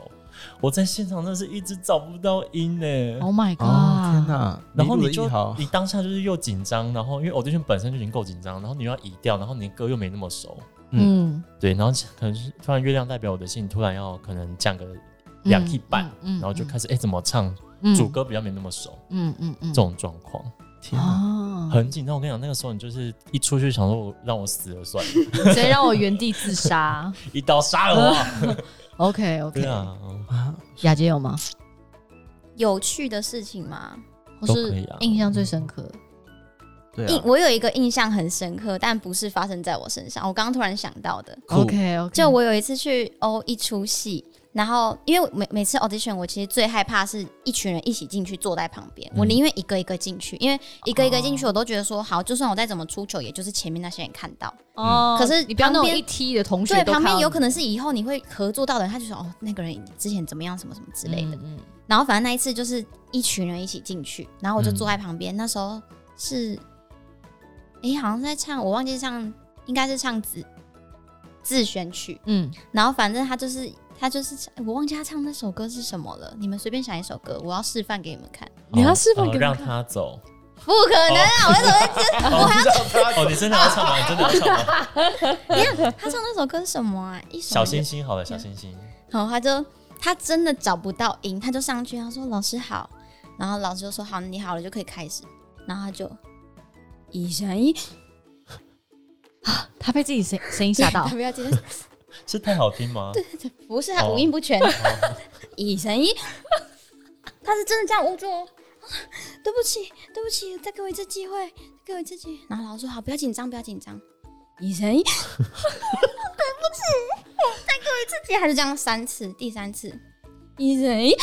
[SPEAKER 3] 我在现场真的是一直找不到音呢、
[SPEAKER 1] ，Oh my God，
[SPEAKER 2] 哦，天哪！
[SPEAKER 3] 然后
[SPEAKER 2] 迷路
[SPEAKER 3] 你
[SPEAKER 2] 的
[SPEAKER 3] 就
[SPEAKER 2] 一豪
[SPEAKER 3] 你当下就是又紧张，然后因为 audition 本身就已经够紧张，然后你又要移调，然后你的歌又没那么熟，
[SPEAKER 1] 嗯，
[SPEAKER 3] 对，然后可能是突然月亮代表我的心突然要可能降个两一半，
[SPEAKER 1] 嗯嗯，嗯
[SPEAKER 3] 然后就开始哎、怎么唱主，歌比较没那么熟、
[SPEAKER 1] 嗯嗯嗯嗯，
[SPEAKER 3] 这种状况，
[SPEAKER 2] 天哪！
[SPEAKER 1] 哦，
[SPEAKER 3] 很紧张。我跟你讲，那个时候你就是一出去想说我让我死了算了，
[SPEAKER 1] 所以让我原地自杀。
[SPEAKER 3] 一刀杀了我。
[SPEAKER 1] 嗯 OK OK，
[SPEAKER 3] 对啊，
[SPEAKER 2] 啊
[SPEAKER 1] 雅洁有吗？
[SPEAKER 4] 有趣的事情吗？
[SPEAKER 1] 或
[SPEAKER 3] 都
[SPEAKER 1] 是
[SPEAKER 3] 可以啊
[SPEAKER 1] 印象最深刻？
[SPEAKER 2] 对
[SPEAKER 4] 印
[SPEAKER 2] 啊，
[SPEAKER 4] 我有一个印象很深刻，但不是发生在我身上，我刚刚突然想到的。
[SPEAKER 2] 酷
[SPEAKER 1] OK OK，
[SPEAKER 4] 就我有一次去欧一出戏，然后因为每每次 audition，我其实最害怕是一群人一起进去坐在旁边，
[SPEAKER 3] 嗯
[SPEAKER 4] 我宁愿一个一个进去，因为一个一个进去，我都觉得说好，就算我再怎么出糗，也就是前面那些人看到。
[SPEAKER 1] 哦，
[SPEAKER 4] 可是
[SPEAKER 1] 你不要那种
[SPEAKER 4] 旁边
[SPEAKER 1] 一梯的同学
[SPEAKER 4] 对，
[SPEAKER 1] 都
[SPEAKER 4] 旁边
[SPEAKER 1] 看
[SPEAKER 4] 有可能是以后你会合作到的人，他就说哦，那个人之前怎么样，什么什么之类的。
[SPEAKER 1] 嗯，
[SPEAKER 4] 然后反正那一次就是一群人一起进去，然后我就坐在旁边。那时候是，诶，好像是在唱，我忘记唱，应该是唱自自选曲。
[SPEAKER 1] 嗯
[SPEAKER 4] 然后反正他就是他就是我忘记他唱那首歌是什么了，你们随便想一首歌，我要示范给你们看。
[SPEAKER 1] 你要示范
[SPEAKER 3] 哦
[SPEAKER 1] 给我
[SPEAKER 3] 让
[SPEAKER 1] 看
[SPEAKER 3] 他走，
[SPEAKER 4] 不可能啊！我怎么
[SPEAKER 3] 我还
[SPEAKER 1] 啊
[SPEAKER 3] 要哦，你真的要唱吗？你真的要 唱吗？
[SPEAKER 4] 他唱那首歌是什么啊？一首
[SPEAKER 3] 小星星，好了，小星星，
[SPEAKER 4] 然后他就他真的找不到音，他就上去，他说：“老师好。”然后老师就说：“好，你好了就可以开始。”然后他就一闪一，
[SPEAKER 1] 嗯，他被自己声声音吓到
[SPEAKER 4] 他，不要接，
[SPEAKER 3] 是太好听吗？
[SPEAKER 4] 不是他
[SPEAKER 3] 哦
[SPEAKER 4] 五音不全，
[SPEAKER 3] 哦
[SPEAKER 4] 一闪一，他是真的这样捂住哦。对不起，对不起，再给我一次机会，再给我一次机会。然后老师说：“好，不要紧张，不要紧张。”一闪一，对不起，再给我一次机会。他就这样三次，第三次，一闪一。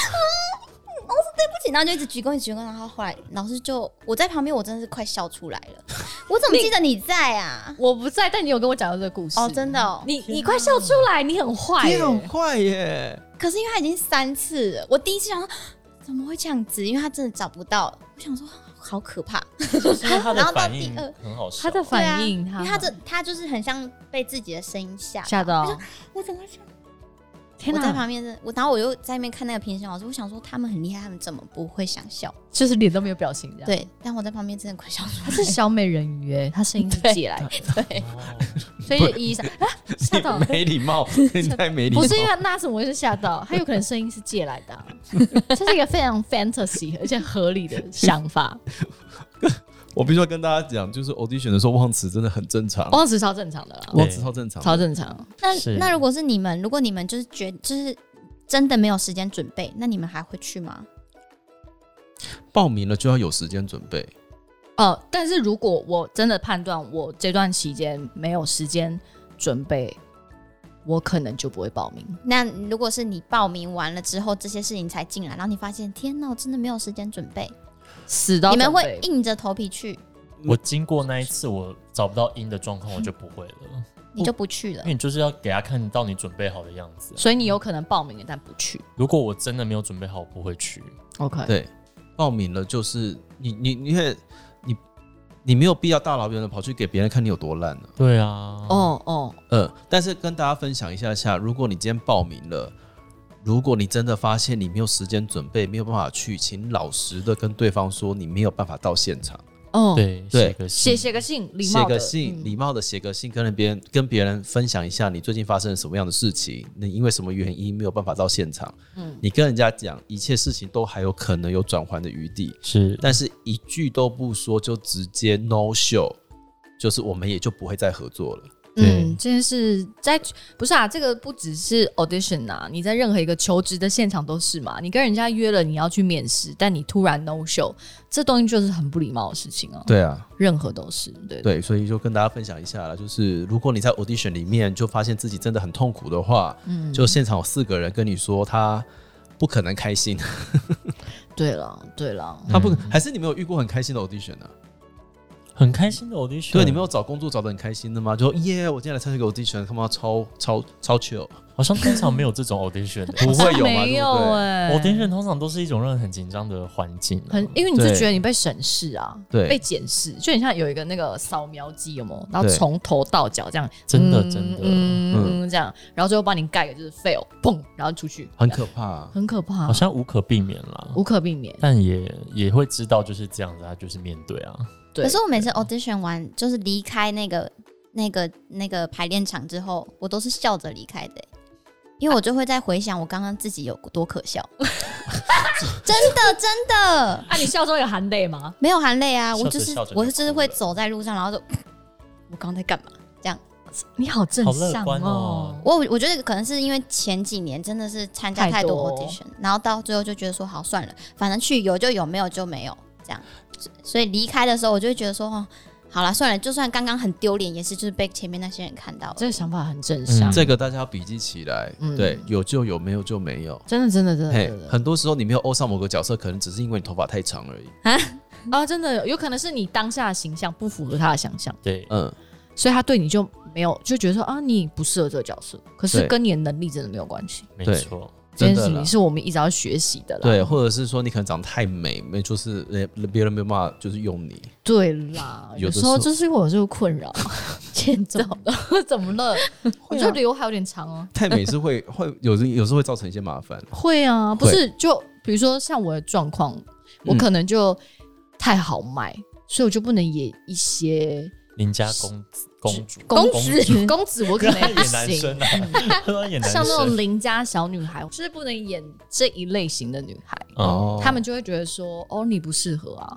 [SPEAKER 4] 然后就一直鞠躬，一直鞠躬，然后后来老师就我在旁边，我真的是快笑出来了。我怎么记得你在啊？
[SPEAKER 1] 我不在，但你有跟我讲到这个故事
[SPEAKER 4] 哦，真的哦。
[SPEAKER 1] 你你快笑出来，你很坏
[SPEAKER 2] 你
[SPEAKER 1] 耶，
[SPEAKER 2] 很坏耶！
[SPEAKER 4] 可是因为他已经三次了，我第一次想说怎么会这样子，因为他真的找不到。我想说好可怕，
[SPEAKER 3] 就是他的
[SPEAKER 4] 然后到
[SPEAKER 3] 反
[SPEAKER 4] 第
[SPEAKER 3] 应
[SPEAKER 4] 二
[SPEAKER 3] 很好笑，哦
[SPEAKER 1] 他的反应，
[SPEAKER 4] 对啊、因为他这他就是很像被自己的声音吓
[SPEAKER 1] 吓到，
[SPEAKER 4] 我怎么会这样？
[SPEAKER 1] 天
[SPEAKER 4] 我在
[SPEAKER 1] 哪，
[SPEAKER 4] 旁边的我，然后我又在那边看那个评审老师，我想说他们很厉害，他们怎么不会想笑？
[SPEAKER 1] 就是脸都没有表情这样。，
[SPEAKER 4] 对，但我在旁边真的快笑出
[SPEAKER 1] 他是小美人鱼耶，他声音是借来的，
[SPEAKER 4] 来。 对，
[SPEAKER 3] 哦
[SPEAKER 1] 所以就一闪啊吓 到
[SPEAKER 2] 你。没礼 貌，你太没礼貌。
[SPEAKER 1] 不是因为他那怎么会是吓到？他有可能声音是借来 的啊、这是一个非常 fantasy 而且合理的想 法。
[SPEAKER 2] 我必须要跟大家讲，就是 audition 的时候忘词真的很正常，
[SPEAKER 4] 哦
[SPEAKER 1] 忘词超正常哦的啦，
[SPEAKER 2] 忘词超正常。
[SPEAKER 1] 超正常。
[SPEAKER 4] 那
[SPEAKER 3] 是
[SPEAKER 4] 那如果是你们，如果你们就是觉就是真的没有时间准备，那你们还会去吗？
[SPEAKER 2] 报名了就要有时间准备，
[SPEAKER 1] 哦，但是如果我真的判断我这段期间没有时间准备，我可能就不会报名。
[SPEAKER 4] 那如果是你报名完了之后，这些事情才进来，然后你发现天哪，我真的没有时间准备，
[SPEAKER 1] 死到
[SPEAKER 4] 你们
[SPEAKER 1] 准备
[SPEAKER 4] 会硬着头皮去，
[SPEAKER 3] 我经过那一次我找不到音的状况，我就不会了，
[SPEAKER 4] 你就不去了
[SPEAKER 3] 因为。你就是要给他看到你准备好的样子啊。
[SPEAKER 1] 所以你有可能报名了但不去。
[SPEAKER 3] 如果我真的没有准备好，我不会去。
[SPEAKER 1] OK，
[SPEAKER 2] 对，报名了就是你你你也你你没有必要大老远的跑去给别人看你有多烂呢、
[SPEAKER 3] 对啊，
[SPEAKER 1] 哦哦，
[SPEAKER 2] 呃，但是跟大家分享一下下，如果你今天报名了，如果你真的发现你没有时间准备，没有办法去，请老实的跟对方说你没有办法到现场，
[SPEAKER 1] 哦，
[SPEAKER 3] 对
[SPEAKER 2] 对
[SPEAKER 3] 写个信
[SPEAKER 1] 写写个信，礼
[SPEAKER 2] 写
[SPEAKER 1] 貌
[SPEAKER 2] 个
[SPEAKER 1] 的
[SPEAKER 2] 信，
[SPEAKER 1] 嗯
[SPEAKER 2] 礼貌的写个信，跟别人跟别人分享一下你最近发生了什么样的事情，你因为什么原因没有办法到现场，
[SPEAKER 1] 嗯
[SPEAKER 2] 你跟人家讲，一切事情都还有可能有转圜的余地，
[SPEAKER 3] 是
[SPEAKER 2] 但是一句都不说就直接 no show，就是我们也就不会再合作了。对
[SPEAKER 1] 嗯，这件事在不是啊，这个不只是 audition 啊，你在任何一个求职的现场都是嘛。你跟人家约了你要去面试，但你突然 no show，这东西就是很不礼貌的事情啊。，
[SPEAKER 2] 对啊，
[SPEAKER 1] 任何都是对
[SPEAKER 2] 对，所以就跟大家分享一下啦，就是如果你在 audition 里面就发现自己真的很痛苦的话，
[SPEAKER 1] 嗯，
[SPEAKER 2] 就现场有四个人跟你说他不可能开心，
[SPEAKER 1] 对了，对了，
[SPEAKER 2] 他不可
[SPEAKER 3] 嗯
[SPEAKER 2] 还是你没有遇过很开心的 audition 呢、啊？
[SPEAKER 3] 很开心的 audition。
[SPEAKER 2] 对，你没有找工作找的很开心的吗？就说耶，我今天来参加一个 audition，他妈超超超 chill，
[SPEAKER 3] 好像通常没有这种 audition 的、
[SPEAKER 2] 不会有嘛？
[SPEAKER 1] 没
[SPEAKER 2] 对
[SPEAKER 1] 有
[SPEAKER 2] 不对？
[SPEAKER 1] 哎、
[SPEAKER 3] audition 通常都是一种让人很紧张的环境啊、
[SPEAKER 1] 很，因为你就
[SPEAKER 2] 对
[SPEAKER 1] 觉得你被审视啊，
[SPEAKER 2] 对
[SPEAKER 1] 被检视，就很像有一个那个扫描机，有没有？然后
[SPEAKER 2] 对
[SPEAKER 1] 从头到脚这样，
[SPEAKER 3] 真的
[SPEAKER 1] 嗯
[SPEAKER 3] 真的
[SPEAKER 1] 嗯嗯这样，然后最后帮你盖个就是 fail，砰，然后出去，
[SPEAKER 2] 很可怕。
[SPEAKER 1] 很可怕，
[SPEAKER 3] 好像无可避免啦。
[SPEAKER 1] 无可避免。
[SPEAKER 3] 但也也会知道就是这样子，啊，就是面对啊。
[SPEAKER 1] 对
[SPEAKER 4] 可是我每次 audition 完，就是离开那个、那个、那个排练场之后，我都是笑着离开的、欸因为我就会在回想我刚刚自己有多可 笑，真的真的
[SPEAKER 1] 啊，你笑中有含泪吗？
[SPEAKER 4] 没有含泪啊！
[SPEAKER 3] 笑着
[SPEAKER 4] 我就是
[SPEAKER 3] 笑着就
[SPEAKER 4] 我就是会
[SPEAKER 3] 哭了
[SPEAKER 4] 走在路上，然后就 我刚刚在干嘛？
[SPEAKER 1] 你好正
[SPEAKER 3] 好乐
[SPEAKER 1] 向
[SPEAKER 3] 观
[SPEAKER 1] 哦
[SPEAKER 3] 哦。
[SPEAKER 4] 我我觉得可能是因为前几年真的是参加
[SPEAKER 1] 太
[SPEAKER 4] 太多
[SPEAKER 1] 多
[SPEAKER 4] audition，然后到最后就觉得说好算了，反正去有就有，没有就没有这样。所以离开的时候，我就会觉得说哦，好了算了，就算刚刚很丢脸，也是就是被前面那些人看到了。
[SPEAKER 1] 这个想法很正向，
[SPEAKER 3] 嗯
[SPEAKER 2] 这个大家要笔记起来，
[SPEAKER 1] 嗯
[SPEAKER 2] 对，有就有，没有就没有。
[SPEAKER 1] 真的真的真的
[SPEAKER 2] 嘿
[SPEAKER 1] 真，的
[SPEAKER 2] 很多时候你没有欧上某个角色，可能只是因为你头发太长而已。
[SPEAKER 1] 啊，真的有可能是你当下的形象不符合他的想象，
[SPEAKER 3] 对，
[SPEAKER 2] 嗯，
[SPEAKER 1] 所以他对你就没有就觉得说啊，你不适合这个角色，可是
[SPEAKER 2] 对
[SPEAKER 1] 跟你的能力真的没有关系。
[SPEAKER 3] 没
[SPEAKER 2] 对
[SPEAKER 3] 错。
[SPEAKER 1] 这
[SPEAKER 2] 真
[SPEAKER 1] 件
[SPEAKER 2] 的
[SPEAKER 1] 事
[SPEAKER 2] 啦
[SPEAKER 1] 情。是我们一直要学习的啦。
[SPEAKER 2] 对，或者是说你可能长得太美，没就是呃别人没有办法就是用你。
[SPEAKER 1] 对啦，
[SPEAKER 2] 有
[SPEAKER 1] 有
[SPEAKER 2] 的
[SPEAKER 1] 时候
[SPEAKER 2] 时候
[SPEAKER 1] 就是我这个困扰， 欠揍啊了， 怎么 了？我就刘海有点长哦、
[SPEAKER 2] 太美是会会有时有时候会造成一些麻烦。
[SPEAKER 1] 会啊，不是就比如说像我的状况，我可能就太好卖，所以我就不能演一些
[SPEAKER 3] 邻家公子公主
[SPEAKER 1] 公
[SPEAKER 3] 主
[SPEAKER 1] 子公子， 我可能也不
[SPEAKER 3] 演男
[SPEAKER 1] 行
[SPEAKER 3] 生。啊， 他演男
[SPEAKER 1] 像那种
[SPEAKER 3] 生
[SPEAKER 1] 邻家小女孩，就是不能演这一类型的女孩，
[SPEAKER 3] 哦，
[SPEAKER 1] 他、们就会觉得说：“哦，你不适合啊，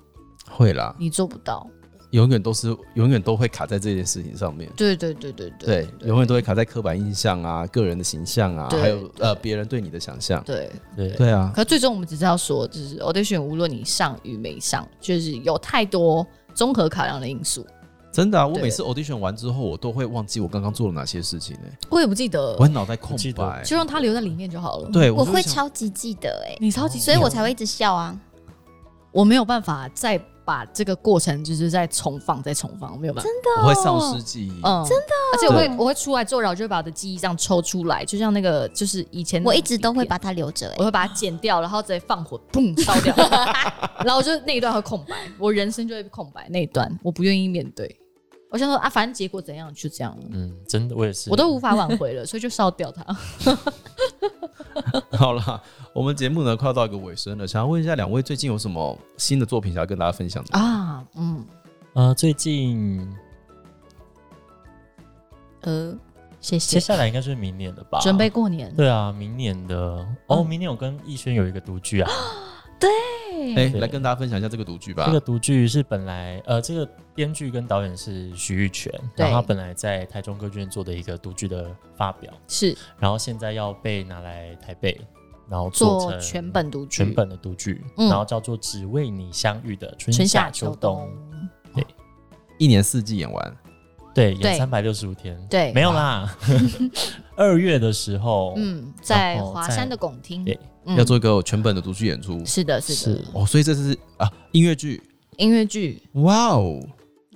[SPEAKER 2] 会啦，
[SPEAKER 1] 你做不到。
[SPEAKER 2] 永远都是永远都会卡在这件事情上面”。
[SPEAKER 1] 对对对对
[SPEAKER 2] 对，永远都会卡在刻板印象啊、个人的形象啊，
[SPEAKER 1] 对
[SPEAKER 2] 还有呃别人对你的想象。
[SPEAKER 1] 对，
[SPEAKER 3] 对，
[SPEAKER 2] 对啊，
[SPEAKER 1] 可最终我们只是要说，就是 audition 无论你上与没上，就是有太多综合考量的因素。
[SPEAKER 2] 真的啊，我
[SPEAKER 1] 对
[SPEAKER 2] 每次 audition 完之后，我都会忘记我刚刚做了哪些事情呢、
[SPEAKER 1] 我也不记得
[SPEAKER 2] 我，会脑袋空
[SPEAKER 3] 不记
[SPEAKER 2] 白
[SPEAKER 3] 得。
[SPEAKER 1] 就让它留在里面就好了。，
[SPEAKER 2] 对，
[SPEAKER 4] 我
[SPEAKER 2] 就
[SPEAKER 4] 会
[SPEAKER 2] 想，
[SPEAKER 4] 超级记得哎、
[SPEAKER 1] 你超级，
[SPEAKER 4] 所以我才会一直笑啊。
[SPEAKER 1] 我没有办法再把这个过程就是再重放、再重放，我没有办法。
[SPEAKER 2] 我会丧失记忆。
[SPEAKER 1] 嗯，真的，
[SPEAKER 4] 哦
[SPEAKER 1] 而且我会
[SPEAKER 2] 对
[SPEAKER 1] 我会出来做，然后就会把我的记忆这样抽出来，就像那个就是以前那
[SPEAKER 4] 我
[SPEAKER 1] 种
[SPEAKER 4] 一直都会
[SPEAKER 1] 影片。
[SPEAKER 4] 把它留着哎、
[SPEAKER 1] 我会把它剪掉，然后直接放火，砰烧 掉，然后我就那一段会空白，我人生就会空白那一段，我不愿意面对。我想说啊，反正结果怎样就这样了，
[SPEAKER 3] 嗯，真的我也是，
[SPEAKER 1] 我都无法挽回了，所以就烧掉它。
[SPEAKER 2] 好啦，我们节目呢快要到一个尾声了，想要问一下两位最近有什么新的作品想要跟大家分享的？
[SPEAKER 1] 啊，嗯，
[SPEAKER 3] 呃，最近
[SPEAKER 1] 呃，谢谢。
[SPEAKER 3] 接下来应该就是明年了吧？
[SPEAKER 1] 准备过年，
[SPEAKER 3] 啊对啊，明年的哦，
[SPEAKER 1] 嗯
[SPEAKER 3] 明年我跟逸轩有一个独 剧啊，
[SPEAKER 1] 嗯
[SPEAKER 2] 哎、
[SPEAKER 3] 对
[SPEAKER 2] 来跟大家分享一下这个独剧吧。
[SPEAKER 3] 这个独剧是本来呃，这个编剧跟导演是徐玉泉，
[SPEAKER 1] 对
[SPEAKER 3] 然后他本来在台中歌剧院做的一个独剧的发表，
[SPEAKER 1] 是
[SPEAKER 3] 然后现在要被拿来台北，然后做
[SPEAKER 1] 做
[SPEAKER 3] 成
[SPEAKER 1] 全本独居，
[SPEAKER 3] 全本的独剧，
[SPEAKER 1] 嗯
[SPEAKER 3] 然后叫做《只为你相遇的春
[SPEAKER 1] 春
[SPEAKER 3] 夏
[SPEAKER 1] 夏
[SPEAKER 3] 秋
[SPEAKER 1] 秋
[SPEAKER 3] 冬》
[SPEAKER 1] 冬。
[SPEAKER 2] 一年四季演完，
[SPEAKER 3] 对，
[SPEAKER 1] 对
[SPEAKER 3] 演三百六十五天，
[SPEAKER 1] 对
[SPEAKER 3] 没 有啦。二月的时候，
[SPEAKER 1] 嗯，在
[SPEAKER 3] 然后
[SPEAKER 1] 华
[SPEAKER 3] 在
[SPEAKER 1] 山的拱厅，
[SPEAKER 3] 对
[SPEAKER 1] 嗯
[SPEAKER 2] 要做一个全本的独剧演出。
[SPEAKER 1] 是的，是的
[SPEAKER 3] 是，
[SPEAKER 2] 哦，所以这是啊音乐剧，
[SPEAKER 1] 音乐剧
[SPEAKER 2] 哇哦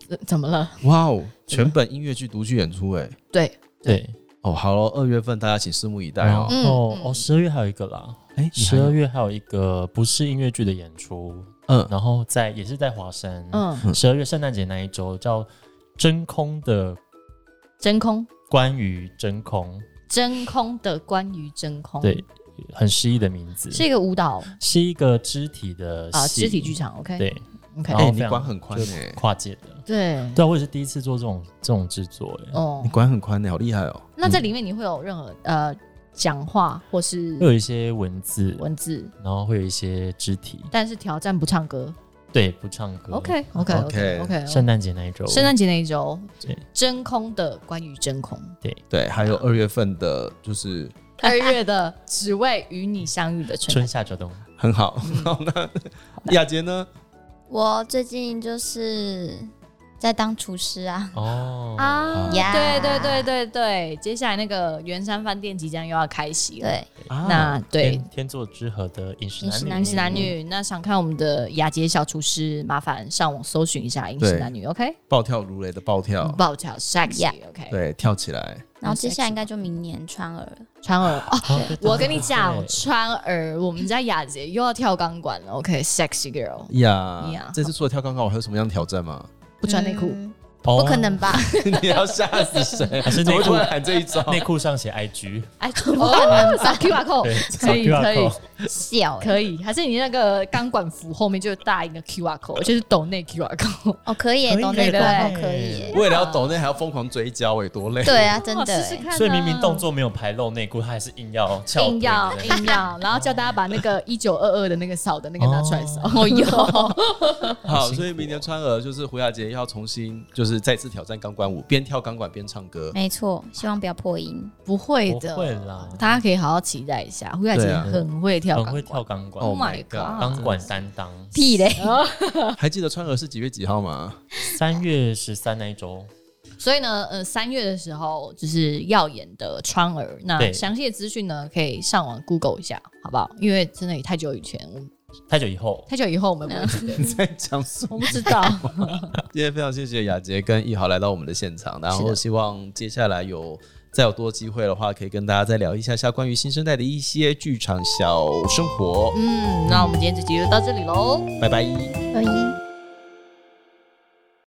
[SPEAKER 1] 呃怎么了？
[SPEAKER 2] 哇哦，全本音乐剧独剧演出、哎，
[SPEAKER 1] 对，
[SPEAKER 3] 对，
[SPEAKER 2] 哦，好了，二月份大家请拭目以待
[SPEAKER 3] 然
[SPEAKER 2] 哦。
[SPEAKER 3] 后
[SPEAKER 1] 嗯嗯
[SPEAKER 3] 哦，十二月还有一个啦，
[SPEAKER 2] 哎、你还
[SPEAKER 3] 十
[SPEAKER 2] 有
[SPEAKER 3] 二月还有一个不是音乐剧的演出，
[SPEAKER 2] 嗯，
[SPEAKER 3] 然后在也是在华山，
[SPEAKER 1] 嗯，
[SPEAKER 3] 十二月圣诞节那一周叫真空的
[SPEAKER 1] 真空，
[SPEAKER 3] 关于真空，
[SPEAKER 1] 真空的关于真空，
[SPEAKER 3] 对，很诗意的名字，
[SPEAKER 1] 哦是一个舞蹈
[SPEAKER 3] 是一个肢体的
[SPEAKER 1] 啊，
[SPEAKER 3] 戏
[SPEAKER 1] 肢体剧，场，OK，
[SPEAKER 3] 对，
[SPEAKER 1] ，OK，
[SPEAKER 3] 然
[SPEAKER 2] 哎
[SPEAKER 3] 后
[SPEAKER 2] 你
[SPEAKER 3] 非常
[SPEAKER 2] 管很宽
[SPEAKER 3] 就
[SPEAKER 2] 欸
[SPEAKER 3] 跨界的，
[SPEAKER 1] 对，
[SPEAKER 3] 对啊，我也是第一次做这种这种制作，哎，
[SPEAKER 1] 哦
[SPEAKER 2] 你，管很宽的，好厉害哦。
[SPEAKER 1] 那
[SPEAKER 3] 嗯
[SPEAKER 1] 这里面你会有任何呃讲话或是
[SPEAKER 3] 会有一些文字，
[SPEAKER 1] 文字，
[SPEAKER 3] 然后会有一些肢体，
[SPEAKER 1] 但是挑战不唱歌，
[SPEAKER 3] 对，不唱歌。
[SPEAKER 4] OK，
[SPEAKER 1] OK
[SPEAKER 2] OK
[SPEAKER 1] OK OK，
[SPEAKER 3] 圣诞节那一周，
[SPEAKER 1] 圣诞节那一周
[SPEAKER 3] 对，
[SPEAKER 1] 真空的关于真空，
[SPEAKER 2] 对，还有二月份的，就是
[SPEAKER 1] 二月的只为与你相遇的春
[SPEAKER 3] 春。夏秋冬，
[SPEAKER 2] 很好。
[SPEAKER 1] 嗯
[SPEAKER 2] 好， 那雅洁呢？
[SPEAKER 4] 我最近就是在当厨师啊，
[SPEAKER 3] 哦，
[SPEAKER 1] 啊
[SPEAKER 4] 呀
[SPEAKER 1] 对对对对对，接下来那个圆山饭店即将又要开席了。
[SPEAKER 4] 对，
[SPEAKER 3] 啊
[SPEAKER 1] 那对啊
[SPEAKER 3] 天，天作之合的饮食
[SPEAKER 4] 饮
[SPEAKER 3] 男
[SPEAKER 4] 食
[SPEAKER 3] 女，
[SPEAKER 1] 饮食男女，那想看我们的雅洁小厨师，麻烦上网搜寻一下饮食
[SPEAKER 2] 对
[SPEAKER 1] 男女，OK？
[SPEAKER 2] 暴跳如雷的暴跳，
[SPEAKER 1] 爆巧 sexy，OK？
[SPEAKER 2] 对，跳起来。
[SPEAKER 4] 然后接下来应该就明年川儿了。
[SPEAKER 1] 川儿哦，
[SPEAKER 3] 哦，对
[SPEAKER 1] 我跟你讲，
[SPEAKER 3] 对
[SPEAKER 1] 川儿，我们家雅洁又要跳钢管了，OK？Sexy girl，
[SPEAKER 2] 呀
[SPEAKER 1] 呀，
[SPEAKER 2] 这次除了跳钢管，我还有什么样的挑战吗？
[SPEAKER 1] 不穿内裤，
[SPEAKER 4] 嗯
[SPEAKER 3] 哦
[SPEAKER 4] 不可能 吧？
[SPEAKER 2] 你要吓死谁？
[SPEAKER 3] 还是
[SPEAKER 2] 怎
[SPEAKER 3] 内
[SPEAKER 2] 么突
[SPEAKER 3] 裤
[SPEAKER 2] 然喊这一招？
[SPEAKER 3] 内裤上写 IG，
[SPEAKER 1] 哎，不可
[SPEAKER 4] 哦
[SPEAKER 1] 能扫 QR code，哦
[SPEAKER 3] 对，
[SPEAKER 1] 可以
[SPEAKER 3] 扫 QR
[SPEAKER 1] 可以
[SPEAKER 3] code
[SPEAKER 4] 笑欸
[SPEAKER 1] 可以，还是你那个钢管服后面就搭一个 QR code，就是抖内 QR code，
[SPEAKER 4] 哦，可以欸，
[SPEAKER 3] 可以
[SPEAKER 4] 懂那
[SPEAKER 1] 对
[SPEAKER 4] 个
[SPEAKER 1] 对
[SPEAKER 4] 哦可以欸。
[SPEAKER 2] 为了要抖内还要疯狂追焦，哎，多累。
[SPEAKER 4] 对啊，真
[SPEAKER 1] 哇
[SPEAKER 4] 的
[SPEAKER 1] 试试
[SPEAKER 4] 欸，
[SPEAKER 1] 看啊。
[SPEAKER 3] 所以明明动作没有排露内裤，他还是硬要翘臀
[SPEAKER 1] 硬要
[SPEAKER 3] 对不对
[SPEAKER 1] 硬要，然后叫大家把那个一九二二的那个扫的那个拿出来 扫。
[SPEAKER 3] 哦
[SPEAKER 4] 哎
[SPEAKER 1] 哦哟，
[SPEAKER 2] 好，
[SPEAKER 3] 辛苦
[SPEAKER 2] 所以明年川儿就是胡雅洁要重新就是再次挑战钢管舞，边跳钢管边唱歌。
[SPEAKER 4] 没错，希望不要破音。
[SPEAKER 1] 不会的，
[SPEAKER 3] 不会啦
[SPEAKER 1] 大家可以好好期待一下。胡雅洁
[SPEAKER 2] 对啊
[SPEAKER 1] 很会跳，
[SPEAKER 3] 很会跳。钢管，
[SPEAKER 2] Oh
[SPEAKER 1] Oh
[SPEAKER 2] my
[SPEAKER 1] my
[SPEAKER 2] god，
[SPEAKER 1] god！
[SPEAKER 3] 钢管担当。
[SPEAKER 4] 屁嘞！
[SPEAKER 2] 还记得川儿是几月几号吗？
[SPEAKER 3] 三月十三那一周，
[SPEAKER 1] 所以呢，呃，三月的时候就是耀眼的川儿，那
[SPEAKER 3] 对
[SPEAKER 1] 详细的资讯呢，可以上网 Google 一下，好不好？因为真的也太久以前，我们
[SPEAKER 3] 太久以后，
[SPEAKER 1] 太久以后我们不会记得，
[SPEAKER 2] 你在讲什么？
[SPEAKER 1] 我不知道。
[SPEAKER 2] 今天非常谢谢雅洁跟易豪来到我们的现场，然
[SPEAKER 1] 是
[SPEAKER 2] 后
[SPEAKER 1] 的
[SPEAKER 2] 希望接下来有再有多机会的话，可以跟大家再聊一下下关于新生代的一些剧场小生活。
[SPEAKER 1] 嗯嗯，那我们今天这集就到这里喽。
[SPEAKER 2] 拜拜。
[SPEAKER 4] 破音。